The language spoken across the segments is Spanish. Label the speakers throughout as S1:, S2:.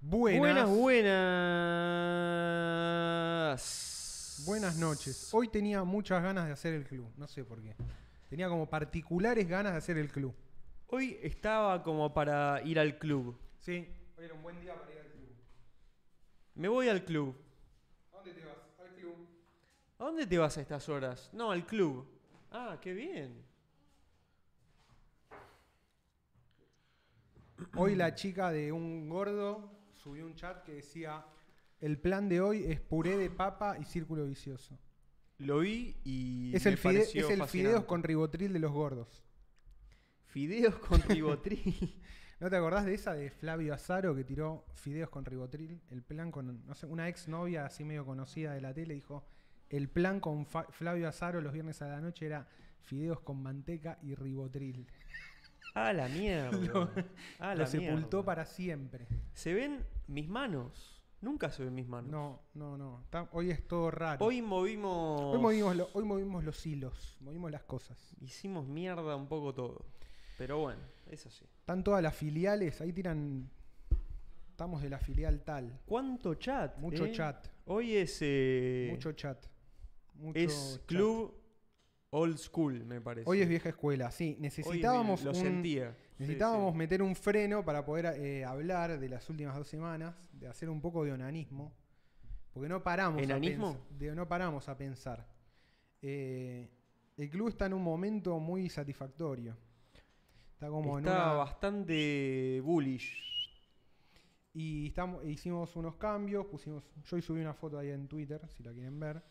S1: Buenas.
S2: Buenas, buenas.
S1: Buenas noches. Hoy tenía muchas ganas de hacer el club, no sé por qué. Tenía como particulares ganas de hacer el club.
S2: Hoy estaba como para ir al club.
S1: Sí. Hoy era un buen día para ir al club.
S2: Me voy al club.
S1: ¿A dónde te vas? Al club.
S2: ¿A dónde te vas a estas horas? No, al club. Ah, qué bien.
S1: Hoy la chica de un gordo subió un chat que decía: El plan de hoy es puré de papa y círculo vicioso.
S2: Lo vi y.
S1: es el,
S2: me
S1: fide-
S2: pareció
S1: es el
S2: fascinante.
S1: fideos con ribotril de los gordos.
S2: Fideos con ribotril.
S1: ¿No te acordás de esa de Flavio Azaro que tiró fideos con ribotril? El plan con, no sé, una ex novia así medio conocida de la tele dijo, el plan con Fa- Flavio Azaro los viernes a la noche era fideos con manteca y ribotril.
S2: a la mierda.
S1: Lo-
S2: a la
S1: Lo sepultó
S2: mierda.
S1: para siempre.
S2: ¿Se ven mis manos? Nunca se ven mis manos.
S1: No, no, no. Está- hoy es todo raro.
S2: Hoy movimos.
S1: Hoy movimos, lo- hoy movimos los hilos, movimos las cosas.
S2: Hicimos mierda un poco todo. Pero bueno, es así.
S1: Están todas las filiales, ahí tiran... Estamos de la filial tal.
S2: ¿Cuánto chat?
S1: Mucho
S2: eh?
S1: chat.
S2: Hoy es. eh,
S1: Mucho chat. Mucho
S2: es
S1: chat.
S2: club old school, me parece.
S1: Hoy es vieja escuela, sí.
S2: Hoy
S1: Necesitábamos,
S2: me- Lo
S1: un-
S2: sentía. Sí,
S1: necesitábamos
S2: sí.
S1: meter un freno para poder eh, hablar de las últimas dos semanas, de hacer un poco de onanismo. Porque no paramos a
S2: ¿Enanismo?
S1: pensar. de- no paramos a pensar. Eh, el club está en un momento muy satisfactorio. Está como
S2: Está
S1: en una.
S2: bastante bullish.
S1: Y estamos, e hicimos unos cambios, pusimos. Yo hoy subí una foto ahí en Twitter, si la quieren ver.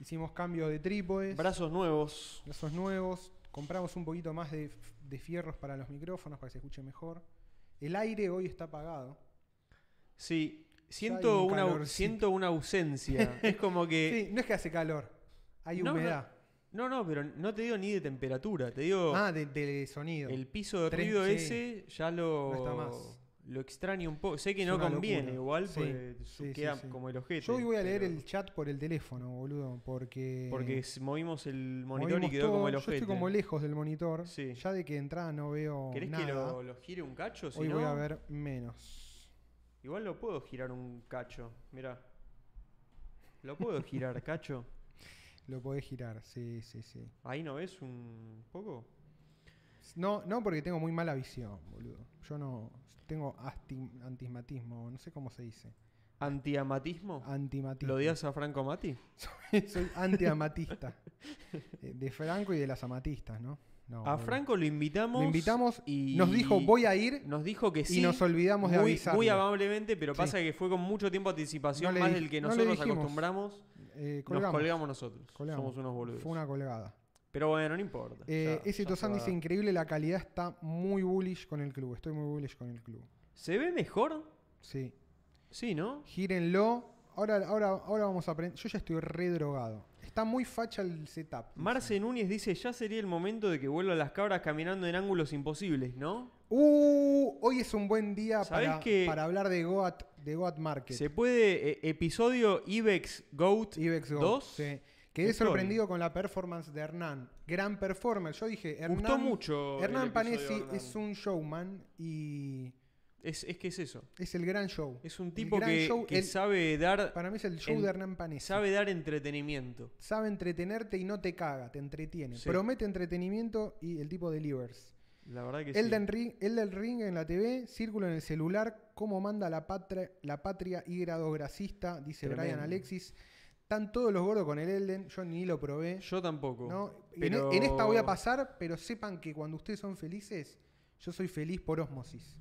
S1: Hicimos cambios de trípodes.
S2: Brazos nuevos.
S1: Esos nuevos. Compramos un poquito más de, de fierros para los micrófonos para que se escuche mejor. El aire hoy está apagado.
S2: Sí.
S1: hay
S2: Siento
S1: un
S2: una, au-
S1: calorcito.
S2: siento una ausencia. es como que.
S1: Sí, no es que hace calor, hay
S2: Eh, No,
S1: humedad.
S2: No, no, pero no te digo ni de temperatura. Te digo.
S1: Ah, de, de sonido.
S2: El piso de
S1: Tres-
S2: ruido
S1: sí.
S2: ese ya lo,
S1: No está más.
S2: lo extraño un poco. Sé que
S1: Es
S2: no
S1: una
S2: conviene
S1: locura.
S2: igual,
S1: Sí,
S2: porque
S1: sí, sí,
S2: queda
S1: sí.
S2: como el ojete.
S1: Yo hoy voy a leer
S2: pero-
S1: el chat por el teléfono, boludo, porque.
S2: Porque s- movimos el
S1: Eh, movimos
S2: monitor y quedó
S1: todo.
S2: como el
S1: Yo
S2: ojete.
S1: estoy como lejos del monitor.
S2: Sí.
S1: Ya de que entrada no veo
S2: ¿Querés
S1: nada.
S2: que lo, lo gire un cacho? Si
S1: hoy
S2: no,
S1: voy a ver menos.
S2: Igual lo puedo girar un cacho. Mirá. Lo puedo girar, cacho.
S1: Lo podés girar, sí, sí, sí.
S2: Ahí no ves un poco.
S1: No, no porque tengo muy mala visión, boludo. Yo no tengo asti- antismatismo, no sé cómo se dice.
S2: ¿Antiamatismo?
S1: Antimatismo.
S2: ¿Lo odias a Franco Mati?
S1: soy, soy antiamatista. Eh, de Franco y de las amatistas, ¿no? No,
S2: a
S1: boludo.
S2: Franco lo invitamos.
S1: Lo invitamos
S2: y
S1: nos dijo voy a ir
S2: Nos dijo que
S1: y
S2: sí.
S1: nos olvidamos de
S2: muy,
S1: avisarle.
S2: Muy amablemente, pero
S1: Sí.
S2: pasa que fue con mucho tiempo de
S1: No
S2: anticipación,
S1: le
S2: más
S1: dij-
S2: del que
S1: no le
S2: nosotros
S1: dijimos.
S2: acostumbramos.
S1: Eh,
S2: Nos colgamos nosotros.
S1: Colgamos.
S2: Somos unos boludos.
S1: Fue una colgada.
S2: Pero bueno, no importa.
S1: Eh,
S2: ya-
S1: ese
S2: ya
S1: Tosan
S2: se va.
S1: dice increíble, la calidad está muy bullish con el club. Estoy muy bullish con el club.
S2: ¿Se ve mejor?
S1: Sí.
S2: Sí, ¿no?
S1: Gírenlo. Ahora, ahora, ahora vamos a aprender. Yo ya estoy re drogado. Está muy facha el setup.
S2: Marce Núñez dice, ya sería el momento de que vuelvan las cabras caminando en ángulos imposibles, ¿no?
S1: Uh, hoy es un buen día
S2: ¿Sabés
S1: para,
S2: que-
S1: para hablar de Goat, de Goat Market.
S2: Se puede... eh, episodio Ibex Goat
S1: Ibex Goat,
S2: 2.
S1: sí. Quedé
S2: Story.
S1: sorprendido con la performance de Hernán. Gran performer. Yo dije, Hernán.
S2: Gustó mucho el
S1: Hernán
S2: episodio de
S1: Panesi
S2: Hernán.
S1: es un showman y
S2: Es, es que es eso.
S1: es el gran show.
S2: Es un tipo
S1: El gran
S2: que,
S1: show,
S2: que
S1: el-
S2: sabe dar...
S1: Para mí es el show
S2: en-
S1: de Hernán Panesi. Sabe,
S2: Sabe dar entretenimiento.
S1: entretenerte y no te caga, te entretiene.
S2: Sí.
S1: Promete entretenimiento y el tipo delivers.
S2: La verdad que sí.
S1: Elden Ring, Elden Ring en la TV, Círculo en el celular, cómo manda la patria, la patria y grado grasista, dice Brian
S2: Tremendo.
S1: Alexis. Están todos los gordos con el Elden, yo ni lo probé.
S2: Yo tampoco.
S1: ¿no? En- e-,
S2: pero-
S1: en, esta voy a pasar, pero sepan que cuando ustedes son felices, yo soy feliz por osmosis.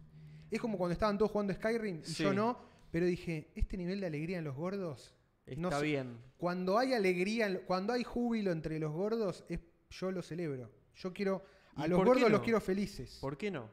S1: Es como cuando estaban todos jugando Skyrim y
S2: Sí.
S1: yo no, pero dije, este nivel de alegría en los gordos,
S2: Está
S1: no sé.
S2: bien.
S1: cuando hay alegría, en- cuando hay júbilo entre los gordos, es, yo lo celebro. Yo quiero, a
S2: ¿Y
S1: los
S2: por qué
S1: gordos los
S2: no?
S1: quiero felices.
S2: ¿Por qué no?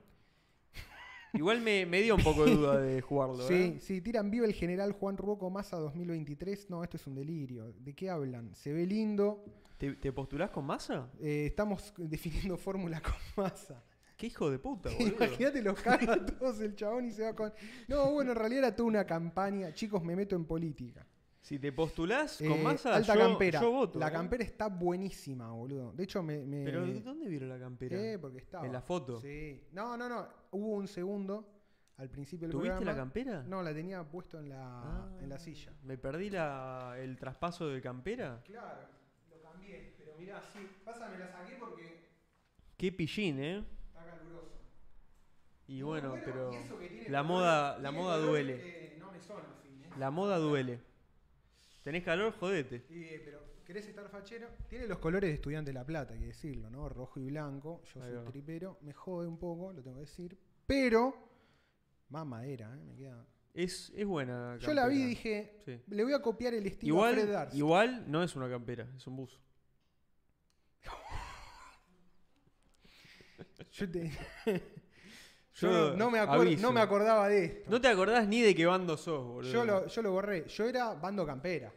S2: Igual me, me dio un poco de duda de jugarlo.
S1: Sí,
S2: ¿eh?
S1: sí, tiran vivo el general Juan Ruoco Massa 2023. No, esto es un delirio. ¿De qué hablan? Se ve lindo.
S2: ¿Te, te postulás con masa?
S1: Eh, estamos definiendo fórmula con Massa.
S2: ¿Qué hijo de puta, boludo?
S1: Imagínate los caga a todos el chabón y se va con. No, bueno, en realidad era toda una campaña. Chicos, me meto en política.
S2: Si te postulás
S1: Eh,
S2: con masa,
S1: alta
S2: yo,
S1: campera.
S2: yo voto.
S1: la
S2: ¿eh?
S1: campera está buenísima, boludo. De hecho, me. me-
S2: ¿Pero dónde vieron la campera?
S1: Eh, porque eh, estaba.
S2: En la foto.
S1: Sí. No, no, no. Hubo un segundo. al principio del
S2: ¿Tuviste la
S1: programa.
S2: campera?
S1: No, la tenía puesto en la,
S2: Ah.
S1: en la silla.
S2: ¿Me perdí la, el traspaso de campera?
S1: Claro, lo cambié, pero mirá, sí. Pasa, me la saqué porque
S2: Qué pillín, ¿eh?
S1: está caluroso.
S2: Y
S1: No,
S2: bueno,
S1: bueno,
S2: pero
S1: y eso que tiene
S2: la
S1: colores-
S2: moda- la
S1: tiene
S2: moda
S1: colores
S2: duele.
S1: que no me son, al fin, ¿eh?
S2: la moda duele. ¿Tenés calor? Jodete.
S1: Y, eh, pero, ¿querés estar fachero? Tiene los colores de estudiante de La Plata, hay que decirlo, ¿no? Rojo y blanco. Yo
S2: Ahí
S1: soy
S2: va.
S1: tripero. Me jode un poco, lo tengo que decir. Pero, más madera, ¿eh? Me queda...
S2: Es, es buena.
S1: Yo la vi y
S2: campera.
S1: dije,
S2: Sí.
S1: le voy a copiar el estilo a Fred
S2: Igual,
S1: Darst.
S2: igual no es una campera, es un buzo.
S1: Yo, te-
S2: Yo
S1: Yo no, me acuer-
S2: aviso.
S1: no me acordaba de esto.
S2: No te acordás ni de qué bando sos, boludo.
S1: yo, lo, yo lo borré. Yo era bando campera.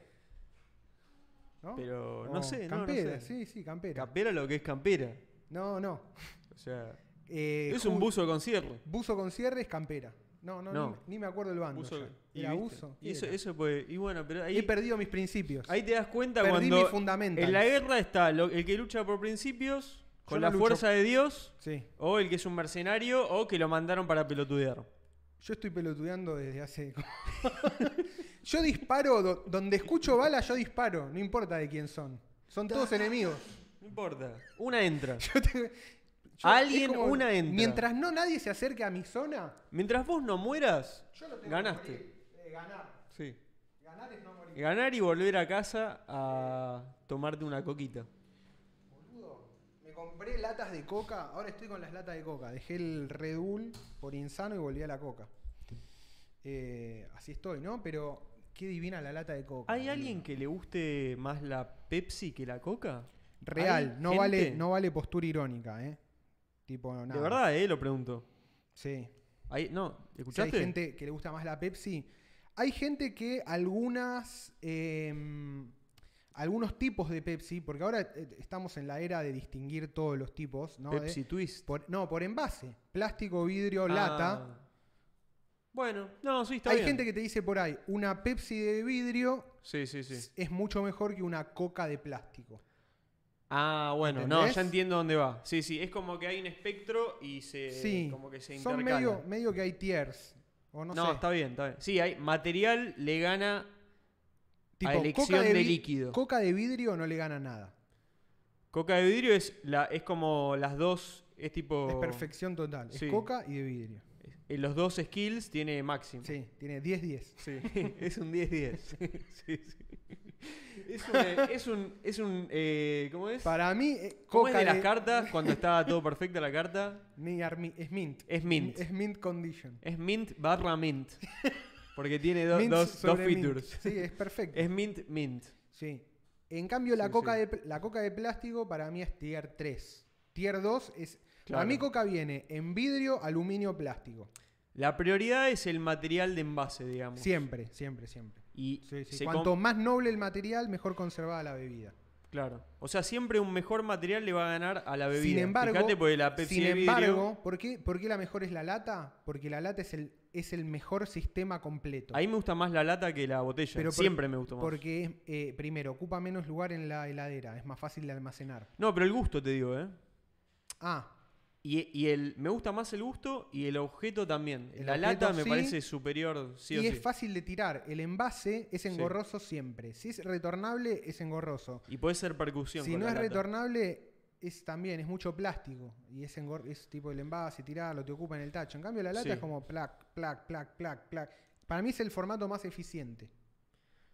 S1: ¿No?
S2: Pero
S1: O
S2: no sé, no, no
S1: campera,
S2: sé.
S1: sí, sí, campera.
S2: Campera lo que es campera.
S1: no, no.
S2: O sea,
S1: Eh,
S2: es un
S1: ju-
S2: buzo con cierre.
S1: Buzo con cierre es campera. No, no,
S2: No.
S1: Ni, me- ni me acuerdo el bando.
S2: Buzo-
S1: ya.
S2: y
S1: Era
S2: viste,
S1: buzo.
S2: Y eso,
S1: Era.
S2: eso puede- y bueno, pero
S1: He
S2: ahí,
S1: perdido mis principios.
S2: ahí te das cuenta
S1: Perdí mis
S2: cuando
S1: fundamentos.
S2: en la guerra está lo- el que lucha por principios, con
S1: no
S2: la
S1: lucho.
S2: fuerza de Dios,
S1: Sí.
S2: o el que es un mercenario, o que lo mandaron para pelotudear.
S1: Yo estoy pelotudeando desde hace. yo disparo, do- donde escucho balas, yo disparo. No importa de quién son. Son todos enemigos.
S2: No importa. Una entra.
S1: Yo te- yo-
S2: Alguien,
S1: es como-
S2: una entra.
S1: Mientras no nadie se acerque a mi zona,
S2: Mientras vos no mueras,
S1: yo no tengo que
S2: Ganaste.
S1: morir. Eh, ganar.
S2: sí.
S1: Ganar es no morir.
S2: Ganar y volver a casa a tomarte una coquita.
S1: Boludo, me compré latas de coca, ahora estoy con las latas de coca. Dejé el Red Bull por insano y volví a la coca. Eh, así estoy, ¿no? Pero qué divina la lata de coca.
S2: ¿Hay
S1: boludo.
S2: alguien que le guste más la Pepsi que la Coca?
S1: Real,
S2: hay
S1: no vale,
S2: gente-
S1: no vale postura irónica, ¿eh? Tipo, nada.
S2: De verdad, eh, lo pregunto.
S1: Sí.
S2: Hay- no,
S1: O sea,
S2: ¿escuchaste?
S1: hay gente que le gusta más la Pepsi. Hay gente que algunas. eh, algunos tipos de Pepsi, porque ahora eh, estamos en la era de distinguir todos los tipos, ¿no? De-
S2: Pepsi Twist.
S1: por- no, por envase. Plástico, vidrio,
S2: Ah.
S1: lata.
S2: Bueno, no, sí, está
S1: Hay
S2: bien.
S1: gente que te dice por ahí, una Pepsi de vidrio
S2: Sí, sí, sí.
S1: es mucho mejor que una coca de plástico.
S2: Ah, bueno, no,
S1: ¿Entendés?
S2: ya entiendo dónde va. Sí, sí, es como que hay un espectro y se
S1: sí,
S2: Eh, como que se
S1: son
S2: intercala.
S1: medio, medio que hay tiers. O no,
S2: no,
S1: sé.
S2: está bien, está bien. Sí, hay material le gana a elección de
S1: vi-
S2: líquido.
S1: Coca de vidrio no le gana nada.
S2: Coca de vidrio es la es como las dos es tipo
S1: Es perfección total.
S2: Oh. Sí.
S1: Es coca y de vidrio.
S2: eh, los dos skills tiene máximo.
S1: Sí, tiene 10-10.
S2: Sí, es un 10-10. Sí, sí. Es un, eh, es un, es un, eh, ¿cómo es?
S1: Para mí, eh,
S2: ¿Cómo
S1: coca
S2: es de las cartas cuando está todo perfecta la carta?
S1: ni armi- es mint.
S2: Es mint.
S1: Es mint condition.
S2: Es mint barra mint. Porque tiene do-
S1: Mint
S2: dos, dos
S1: sobre mint.
S2: features.
S1: Sí, es perfecto.
S2: Es mint mint.
S1: Sí. En cambio, la,
S2: Sí,
S1: coca
S2: sí.
S1: De, pl- la coca de plástico para mí es tier 3. Tier 2 es.
S2: Claro.
S1: Para mí, coca viene en vidrio, aluminio, plástico.
S2: La prioridad es el material de envase, digamos.
S1: Siempre, siempre, siempre.
S2: Y
S1: Sí, sí.
S2: se com-
S1: Cuanto más noble el material, mejor conservada la bebida.
S2: Claro. O sea, siempre un mejor material le va a ganar a la bebida.
S1: Sin embargo,
S2: Fíjate, porque la Pepsi
S1: sin
S2: de vidrio-
S1: embargo ¿por, qué, por qué la mejor es la lata? Porque la lata es el, es el mejor sistema completo.
S2: A mí me gusta más la lata que la botella.
S1: Pero por-
S2: siempre me gustó más.
S1: Porque, es, eh, primero, ocupa menos lugar en la heladera, es más fácil de almacenar.
S2: No, pero el gusto te digo, ¿eh?
S1: Ah,
S2: Y, y el, me gusta más el gusto y el objeto también.
S1: El
S2: la
S1: objeto
S2: lata me
S1: sí,
S2: parece superior, sí o
S1: y
S2: sí.
S1: es fácil de tirar. El envase es
S2: Sí.
S1: engorroso siempre. Si es retornable, es engorroso.
S2: Y puede ser percusión.
S1: Si
S2: con
S1: no
S2: la
S1: es
S2: lata.
S1: retornable, es también, es mucho plástico. Y es, engor- es tipo el envase, tirarlo, te ocupa en el tacho. En cambio, la lata
S2: Sí.
S1: es como plac, plac, plac, plac, plac. Para mí es el formato más eficiente.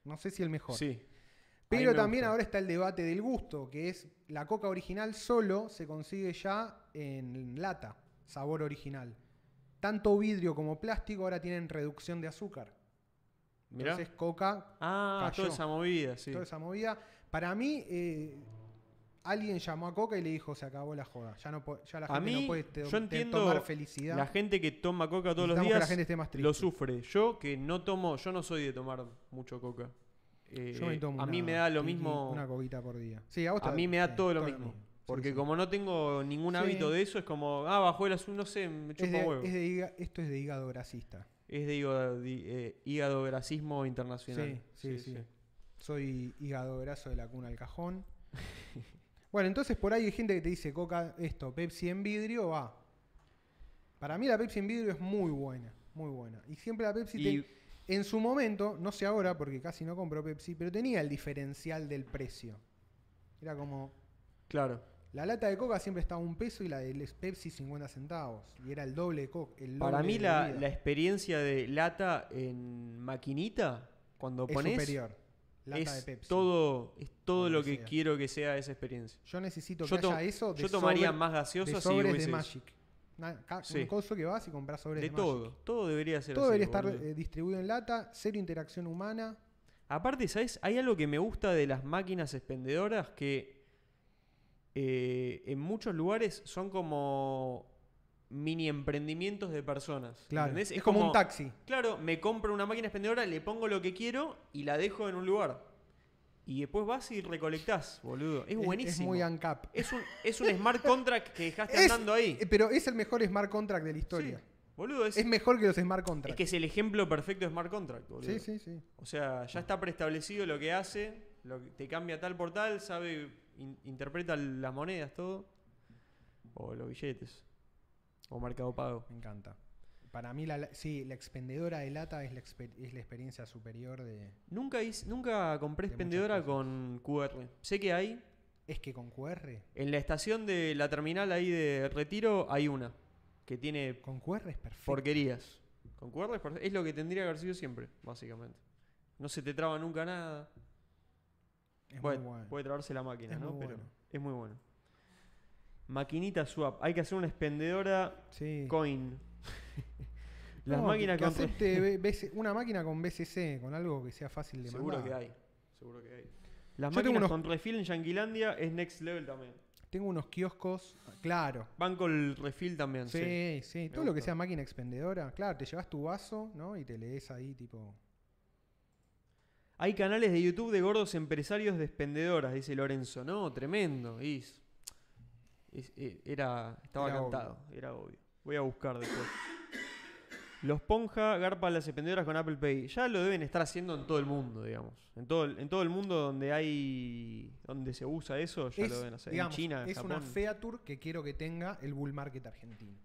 S1: No sé si el mejor.
S2: Sí. Ahí
S1: Pero
S2: me
S1: también
S2: gusta.
S1: ahora está el debate del gusto, que es la coca original solo se consigue ya en lata, sabor original. Tanto vidrio como plástico ahora tienen reducción de azúcar.
S2: Mirá.
S1: Entonces coca,
S2: ah,
S1: cayó.
S2: toda esa movida, sí.
S1: toda esa movida. Para mí, eh, alguien llamó a coca y le dijo, se acabó la joda. Ya, no po- ya la
S2: A
S1: gente
S2: mí,
S1: no puede te-
S2: yo
S1: te-
S2: entiendo
S1: tomar felicidad.
S2: La gente que toma coca todos los
S1: Necesitamos que
S2: días
S1: la gente esté más
S2: lo
S1: triste.
S2: sufre. Yo que no tomo, yo no soy de tomar mucho coca. Eh,
S1: Yo me tomo
S2: a mí
S1: una
S2: me da lo
S1: tiki,
S2: mismo.
S1: Una eh, coquita por día. Sí, a vos
S2: A
S1: te-
S2: mí me da
S1: sí,
S2: todo lo mismo.
S1: Sí,
S2: Porque
S1: sí.
S2: como no tengo ningún
S1: Sí.
S2: hábito de eso, es como, ah, bajó el azúcar, no sé, me
S1: Es
S2: chupa
S1: de-
S2: huevo.
S1: es de higa- esto es de hígado grasista.
S2: Es de hígado, di- eh, hígado grasismo internacional.
S1: Sí, sí, sí. Soy hígado graso de la cuna al cajón. bueno, entonces por ahí hay gente que te dice Coca, esto, Pepsi en vidrio, va. Para mí la Pepsi en vidrio es muy buena. Muy buena. Y siempre la Pepsi
S2: Y-
S1: te- en su momento, no sé ahora porque casi no compro Pepsi, pero tenía el diferencial del precio. Era como
S2: Claro.
S1: la lata de Coca siempre estaba un peso y la de les- Pepsi 50 centavos y era el doble de Coca. el
S2: Para
S1: doble
S2: mí
S1: de
S2: la,
S1: bebida.
S2: la experiencia de lata en maquinita, cuando
S1: es
S2: pones,
S1: superior. Lata
S2: es
S1: de Pepsi.
S2: todo, es todo
S1: Lo
S2: lo
S1: que
S2: que
S1: sea.
S2: quiero que sea esa experiencia.
S1: Yo necesito
S2: Yo,
S1: que
S2: to-
S1: haya eso de
S2: yo tomaría
S1: sobre-
S2: más
S1: de
S2: gaseosa si
S1: sobres de
S2: hubiese eso.
S1: Magic. Una ca-
S2: Sí.
S1: Un coso que vas y compras sobres de,
S2: De todo, todo debería
S1: Magic.
S2: ser
S1: Todo
S2: así,
S1: debería estar
S2: boludo.
S1: eh, distribuido en lata, cero interacción humana.
S2: Aparte, ¿sabes? Hay algo que me gusta de las máquinas expendedoras que eh, en muchos lugares son como mini emprendimientos de personas.
S1: Claro.
S2: ¿entendés?
S1: Es, como, un taxi.
S2: Claro, me compro una máquina expendedora, le pongo lo que quiero y la dejo en un lugar. Y después vas y recolectás, boludo. Es
S1: Es-
S2: buenísimo.
S1: Es, muy ANCAP.
S2: Es un, es un smart contract que dejaste
S1: Es-
S2: andando ahí.
S1: Eh, Pero es el mejor smart contract de la historia.
S2: Sí, boludo, es,
S1: Es mejor que los smart
S2: es
S1: contracts.
S2: que es el ejemplo perfecto de smart contract, boludo.
S1: sí, sí, sí.
S2: O sea, ya está preestablecido lo que hace, lo que te cambia tal por tal, sabe, in- interpreta las monedas, todo. O los billetes. O mercado pago.
S1: Me encanta. Para mí, la, la- sí, la expendedora de lata es la, exper- es la experiencia superior de.
S2: Nunca, hice- nunca compré
S1: De muchas
S2: expendedora
S1: cosas.
S2: con QR. Sé que hay.
S1: Es que con QR.
S2: En la estación de la terminal ahí de Retiro hay una que tiene
S1: Con QR es perfecto.
S2: porquerías. Con QR es perfe- es lo que tendría que haber sido siempre, básicamente. No se te traba nunca nada.
S1: es
S2: puede,
S1: muy bueno.
S2: puede trabarse la máquina,
S1: Es
S2: ¿no?
S1: muy
S2: Pero
S1: bueno.
S2: es muy bueno. Maquinita swap. Hay que hacer una expendedora
S1: Sí.
S2: coin. Las
S1: No, que-
S2: máquinas
S1: que
S2: con.
S1: acepte B- BC una máquina con BCC, con algo que sea fácil de
S2: Seguro
S1: mandar.
S2: que hay. Seguro que hay. Las
S1: Yo tengo
S2: máquinas
S1: unos-
S2: con refill en Yanquilandia es next level también.
S1: Tengo unos kioscos, claro.
S2: Van con el refill también. sí.
S1: Sí, sí,
S2: me
S1: todo lo que
S2: gusta.
S1: sea máquina expendedora. Claro, te llevas tu vaso, ¿no? Y te lees ahí, tipo.
S2: Hay canales de YouTube de gordos empresarios de expendedoras, dice Lorenzo. No, tremendo. y es- es- e- era, estaba
S1: Era obvio.
S2: cantado, era obvio. Voy a buscar después. Los Ponja garpan las expendedoras con Apple Pay. Ya lo deben estar haciendo en todo el mundo, digamos. En todo, el- en todo el mundo donde hay. donde se usa eso, ya
S1: es,
S2: lo deben hacer.
S1: digamos,
S2: en China, en
S1: es
S2: Japón.
S1: una feature que quiero que tenga el bull market argentino.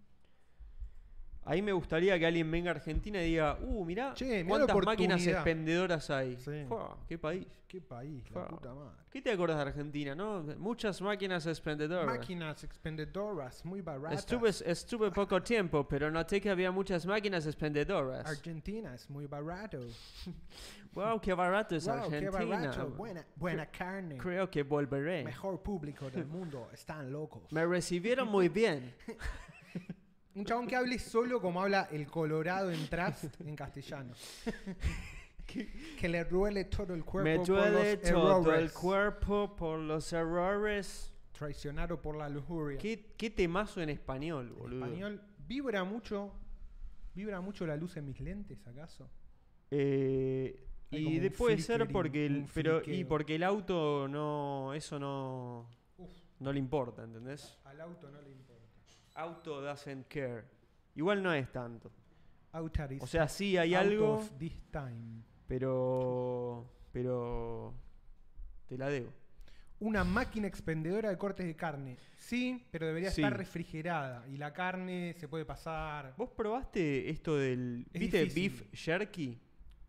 S2: Ahí me gustaría que alguien venga a Argentina y diga, uh, mirá,
S1: Che, mirá la
S2: cuántas máquinas
S1: oportunidad".
S2: expendedoras hay.
S1: Sí.
S2: Fua, qué país.
S1: Qué país,
S2: Fa.
S1: la puta madre.
S2: ¿Qué te acordás de Argentina, no? Muchas máquinas expendedoras.
S1: Máquinas expendedoras muy baratas.
S2: Estuve, estuve poco tiempo, pero noté que había muchas máquinas expendedoras.
S1: Argentina es muy barato.
S2: Wow, qué barato es
S1: Wow, qué
S2: Argentina.
S1: barato. Buena, buena carne.
S2: Creo que volveré.
S1: Mejor público del mundo. Están locos.
S2: Me recibieron muy bien.
S1: Un chabón que hable solo como habla el colorado en Trust en castellano. que le duele todo el cuerpo
S2: Me duele
S1: por los
S2: todo
S1: errores.
S2: el cuerpo por los errores.
S1: Traicionado por la lujuria.
S2: ¿Qué, qué temazo en español,
S1: En
S2: boludo.
S1: español vibra mucho. Vibra mucho la luz en mis lentes, ¿acaso?
S2: Eh,
S1: Hay
S2: y
S1: como un
S2: de- puede ser
S1: flickering,
S2: porque el,
S1: un
S2: pero, y
S1: fliqueo.
S2: porque el auto no. Eso no.
S1: Uf.
S2: No le importa, ¿entendés?
S1: Al auto no le importa.
S2: Auto doesn't care. Igual no es tanto.
S1: Outer is
S2: O sea, sí hay
S1: out
S2: algo,
S1: of this time.
S2: pero. Pero. Te la debo.
S1: Una máquina expendedora de cortes de carne. Sí, pero debería
S2: Sí.
S1: estar refrigerada. Y la carne se puede pasar.
S2: ¿Vos probaste esto del.
S1: Es
S2: ¿Viste
S1: difícil.
S2: beef jerky?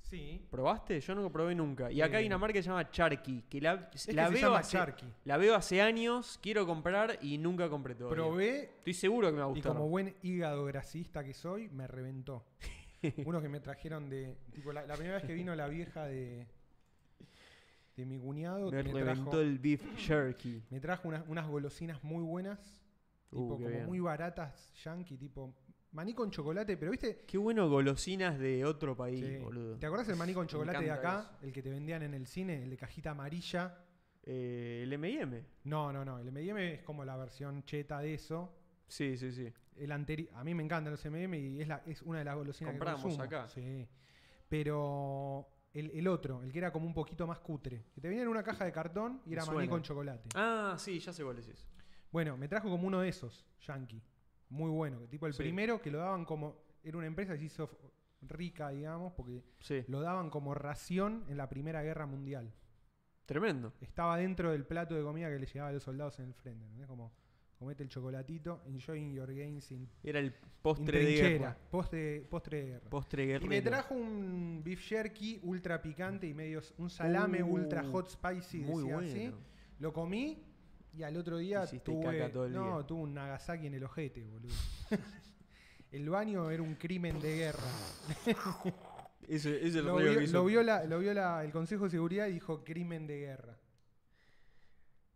S1: Sí.
S2: ¿Probaste? Yo no lo probé nunca. Y acá
S1: Eh.
S2: hay una marca que se llama Charky. Que la,
S1: Es
S2: la
S1: que
S2: veo
S1: se llama
S2: hace,
S1: charqui.
S2: La veo hace años, quiero comprar y nunca compré todo.
S1: Probé
S2: Estoy seguro que me va a
S1: Y
S2: gustar.
S1: como buen hígado grasista que soy, me reventó. Uno que me trajeron de. Tipo, la, la primera vez que vino la vieja de. de mi cuñado,
S2: Me
S1: me,
S2: reventó
S1: trajo,
S2: el beef jerky.
S1: me trajo unas, unas golosinas muy buenas,
S2: Uh,
S1: tipo,
S2: qué
S1: como
S2: bien.
S1: muy baratas, yankee, tipo. Maní con chocolate, pero viste.
S2: Qué bueno golosinas de otro país,
S1: Sí.
S2: boludo.
S1: ¿Te acordás el maní con chocolate de
S2: encanta
S1: acá? El que te vendían en el cine, el de cajita amarilla.
S2: Eh, el M&M.
S1: No, no, no. El MM es como la versión cheta de eso.
S2: Sí, sí, sí.
S1: El anteri- a mí me encantan los MM y es, la, es una de las golosinas
S2: Compramos
S1: que consumo.
S2: acá.
S1: Sí. Pero el, el otro, el que era como un poquito más cutre, que te venía en una caja de cartón y
S2: Me
S1: era maní
S2: suena.
S1: con chocolate.
S2: Ah, sí, ya sé cuál es ese.
S1: Bueno, me trajo como uno de esos, yankee. Muy bueno, que tipo el
S2: Sí.
S1: primero que lo daban como era una empresa que se hizo f- rica, digamos, porque
S2: Sí.
S1: lo daban como ración en la Primera Guerra Mundial.
S2: Tremendo.
S1: Estaba dentro del plato de comida que le llegaba a los soldados en el frente, ¿entendés? Como, comete el chocolatito, enjoying your games in,
S2: Era el
S1: in
S2: postre de
S1: trinchera,
S2: guerra.
S1: postre, postre de guerra.
S2: Postre
S1: Y me
S2: guerrero.
S1: trajo un beef jerky ultra picante y medio un salame
S2: Uh,
S1: ultra hot spicy,
S2: Muy
S1: decía
S2: bueno.
S1: así. Lo comí y al otro día
S2: Hiciste
S1: tuve,
S2: caca todo el
S1: no,
S2: día.
S1: tuve un Nagasaki en el ojete, boludo. el baño era un crimen de guerra.
S2: Ese, ese es el
S1: Lo
S2: ruido
S1: vio,
S2: que hizo.
S1: lo vio la- lo vio la- el Consejo de Seguridad y dijo crimen de guerra.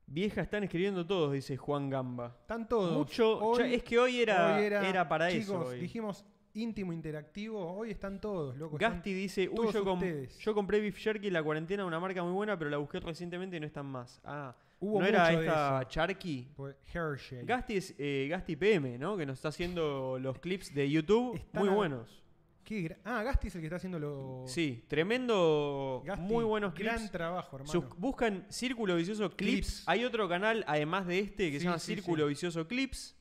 S2: Vieja están escribiendo todos, dice Juan Gamba.
S1: Están todos.
S2: Mucho.
S1: Hoy-
S2: ya- es que hoy era,
S1: hoy
S2: era, para
S1: chicos,
S2: eso. hoy.
S1: dijimos íntimo interactivo. Hoy están todos, loco. están-
S2: Gasti dice, uy,
S1: todos
S2: yo, com-
S1: ustedes".
S2: yo compré Beef Jerky en la cuarentena, una marca muy buena, pero la busqué recientemente y no están más. Ah,
S1: hubo
S2: ¿no era
S1: mucho de
S2: esta
S1: eso.
S2: Charky?
S1: Pues, Hershey.
S2: Gasti es eh, Gasti PM, ¿no? Que nos está haciendo los clips de YouTube
S1: Están
S2: muy
S1: a-
S2: buenos.
S1: Qué gra- ah, Gasti es el que está haciendo lo.
S2: Sí, tremendo,
S1: Gasti,
S2: muy buenos
S1: Gran
S2: clips.
S1: trabajo, hermano.
S2: Sus- buscan Círculo Vicioso clips.
S1: Clips.
S2: Hay otro canal, además de este, que
S1: Sí,
S2: se llama
S1: sí,
S2: Círculo
S1: sí.
S2: Vicioso Clips.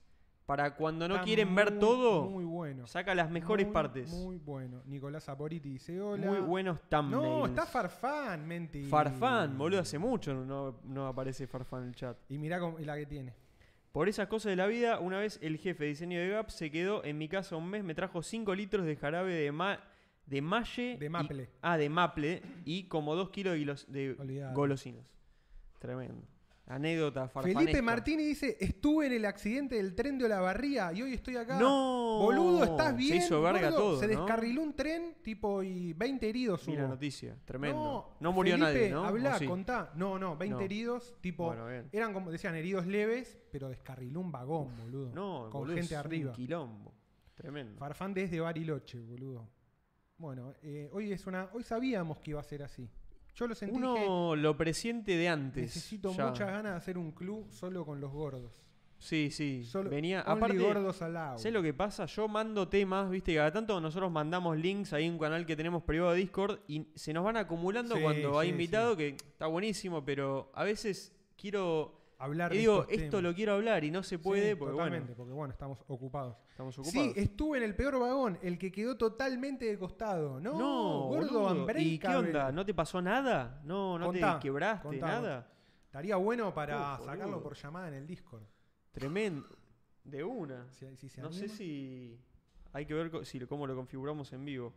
S2: Para cuando no
S1: Está
S2: quieren ver
S1: muy,
S2: todo,
S1: Muy bueno.
S2: saca las mejores
S1: Muy,
S2: partes. Muy,
S1: Muy bueno. Nicolás Aporiti dice hola.
S2: buenos thumbnails.
S1: No, está Farfán, mentira.
S2: Farfán, boludo, hace mucho no, no aparece Farfán en el chat.
S1: Y mirá cómo- la que tiene.
S2: Por esas cosas de la vida, una vez el jefe de diseño de Gap se quedó en mi casa un mes, me trajo 5 litros de jarabe de, ma de malle.
S1: De
S2: y-
S1: maple.
S2: ah, de maple. Y como 2 kilos de, guilos- de
S1: Olvidate.
S2: golosinas. Tremendo. Anécdota farfanesca.
S1: Felipe Martini dice: Estuve en el accidente del tren de Olavarría y hoy estoy acá.
S2: No.
S1: Boludo, estás bien.
S2: Se hizo verga
S1: gordo?
S2: todo.
S1: Se
S2: ¿no?
S1: descarriló un tren, tipo, y 20 heridos
S2: Mira la
S1: hubo.
S2: noticia. Tremendo. No,
S1: No,
S2: murió
S1: Felipe,
S2: nadie, ¿no? ¿O
S1: Hablá,
S2: sí?
S1: contá. No, no, 20
S2: No.
S1: heridos, tipo.
S2: Bueno, bien.
S1: Eran como decían heridos leves, pero descarriló un vagón, boludo.
S2: No,
S1: con
S2: boludo, es
S1: gente
S2: un
S1: arriba.
S2: quilombo. Tremendo.
S1: Farfán desde Bariloche, boludo. Bueno, eh, hoy es una. Hoy sabíamos que iba a ser así. Yo lo sentí que
S2: Uno lo presiente de antes.
S1: necesito
S2: ya.
S1: muchas ganas de hacer un club solo con los gordos.
S2: Sí, sí.
S1: Solo
S2: Venía.
S1: only
S2: Aparte,
S1: gordos al lado.
S2: ¿Sabes lo que pasa? Yo mando temas, viste, cada tanto nosotros mandamos links ahí en un canal que tenemos privado de Discord y se nos van acumulando
S1: Sí,
S2: cuando hay
S1: sí,
S2: invitado, que está buenísimo, pero a veces quiero.
S1: Hablar
S2: y
S1: de
S2: digo,
S1: estos
S2: esto
S1: temas.
S2: lo quiero hablar y no se puede,
S1: Sí,
S2: porque
S1: totalmente,
S2: bueno,
S1: porque bueno, estamos ocupados.
S2: estamos ocupados.
S1: Sí, estuve en el peor vagón, el que quedó totalmente de costado. No, gordo
S2: boludo. ¿Y qué
S1: unbreakable.
S2: onda? ¿No te pasó nada? ¿No, no
S1: Contá,
S2: te quebraste?
S1: contá,
S2: ¿Nada?
S1: Estaría bueno para
S2: Uf,
S1: sacarlo
S2: boludo.
S1: por llamada en el Discord.
S2: Tremendo. De una.
S1: Si- si se
S2: No sé
S1: anima.
S2: si. Hay que ver co- si, lo- cómo lo configuramos en vivo.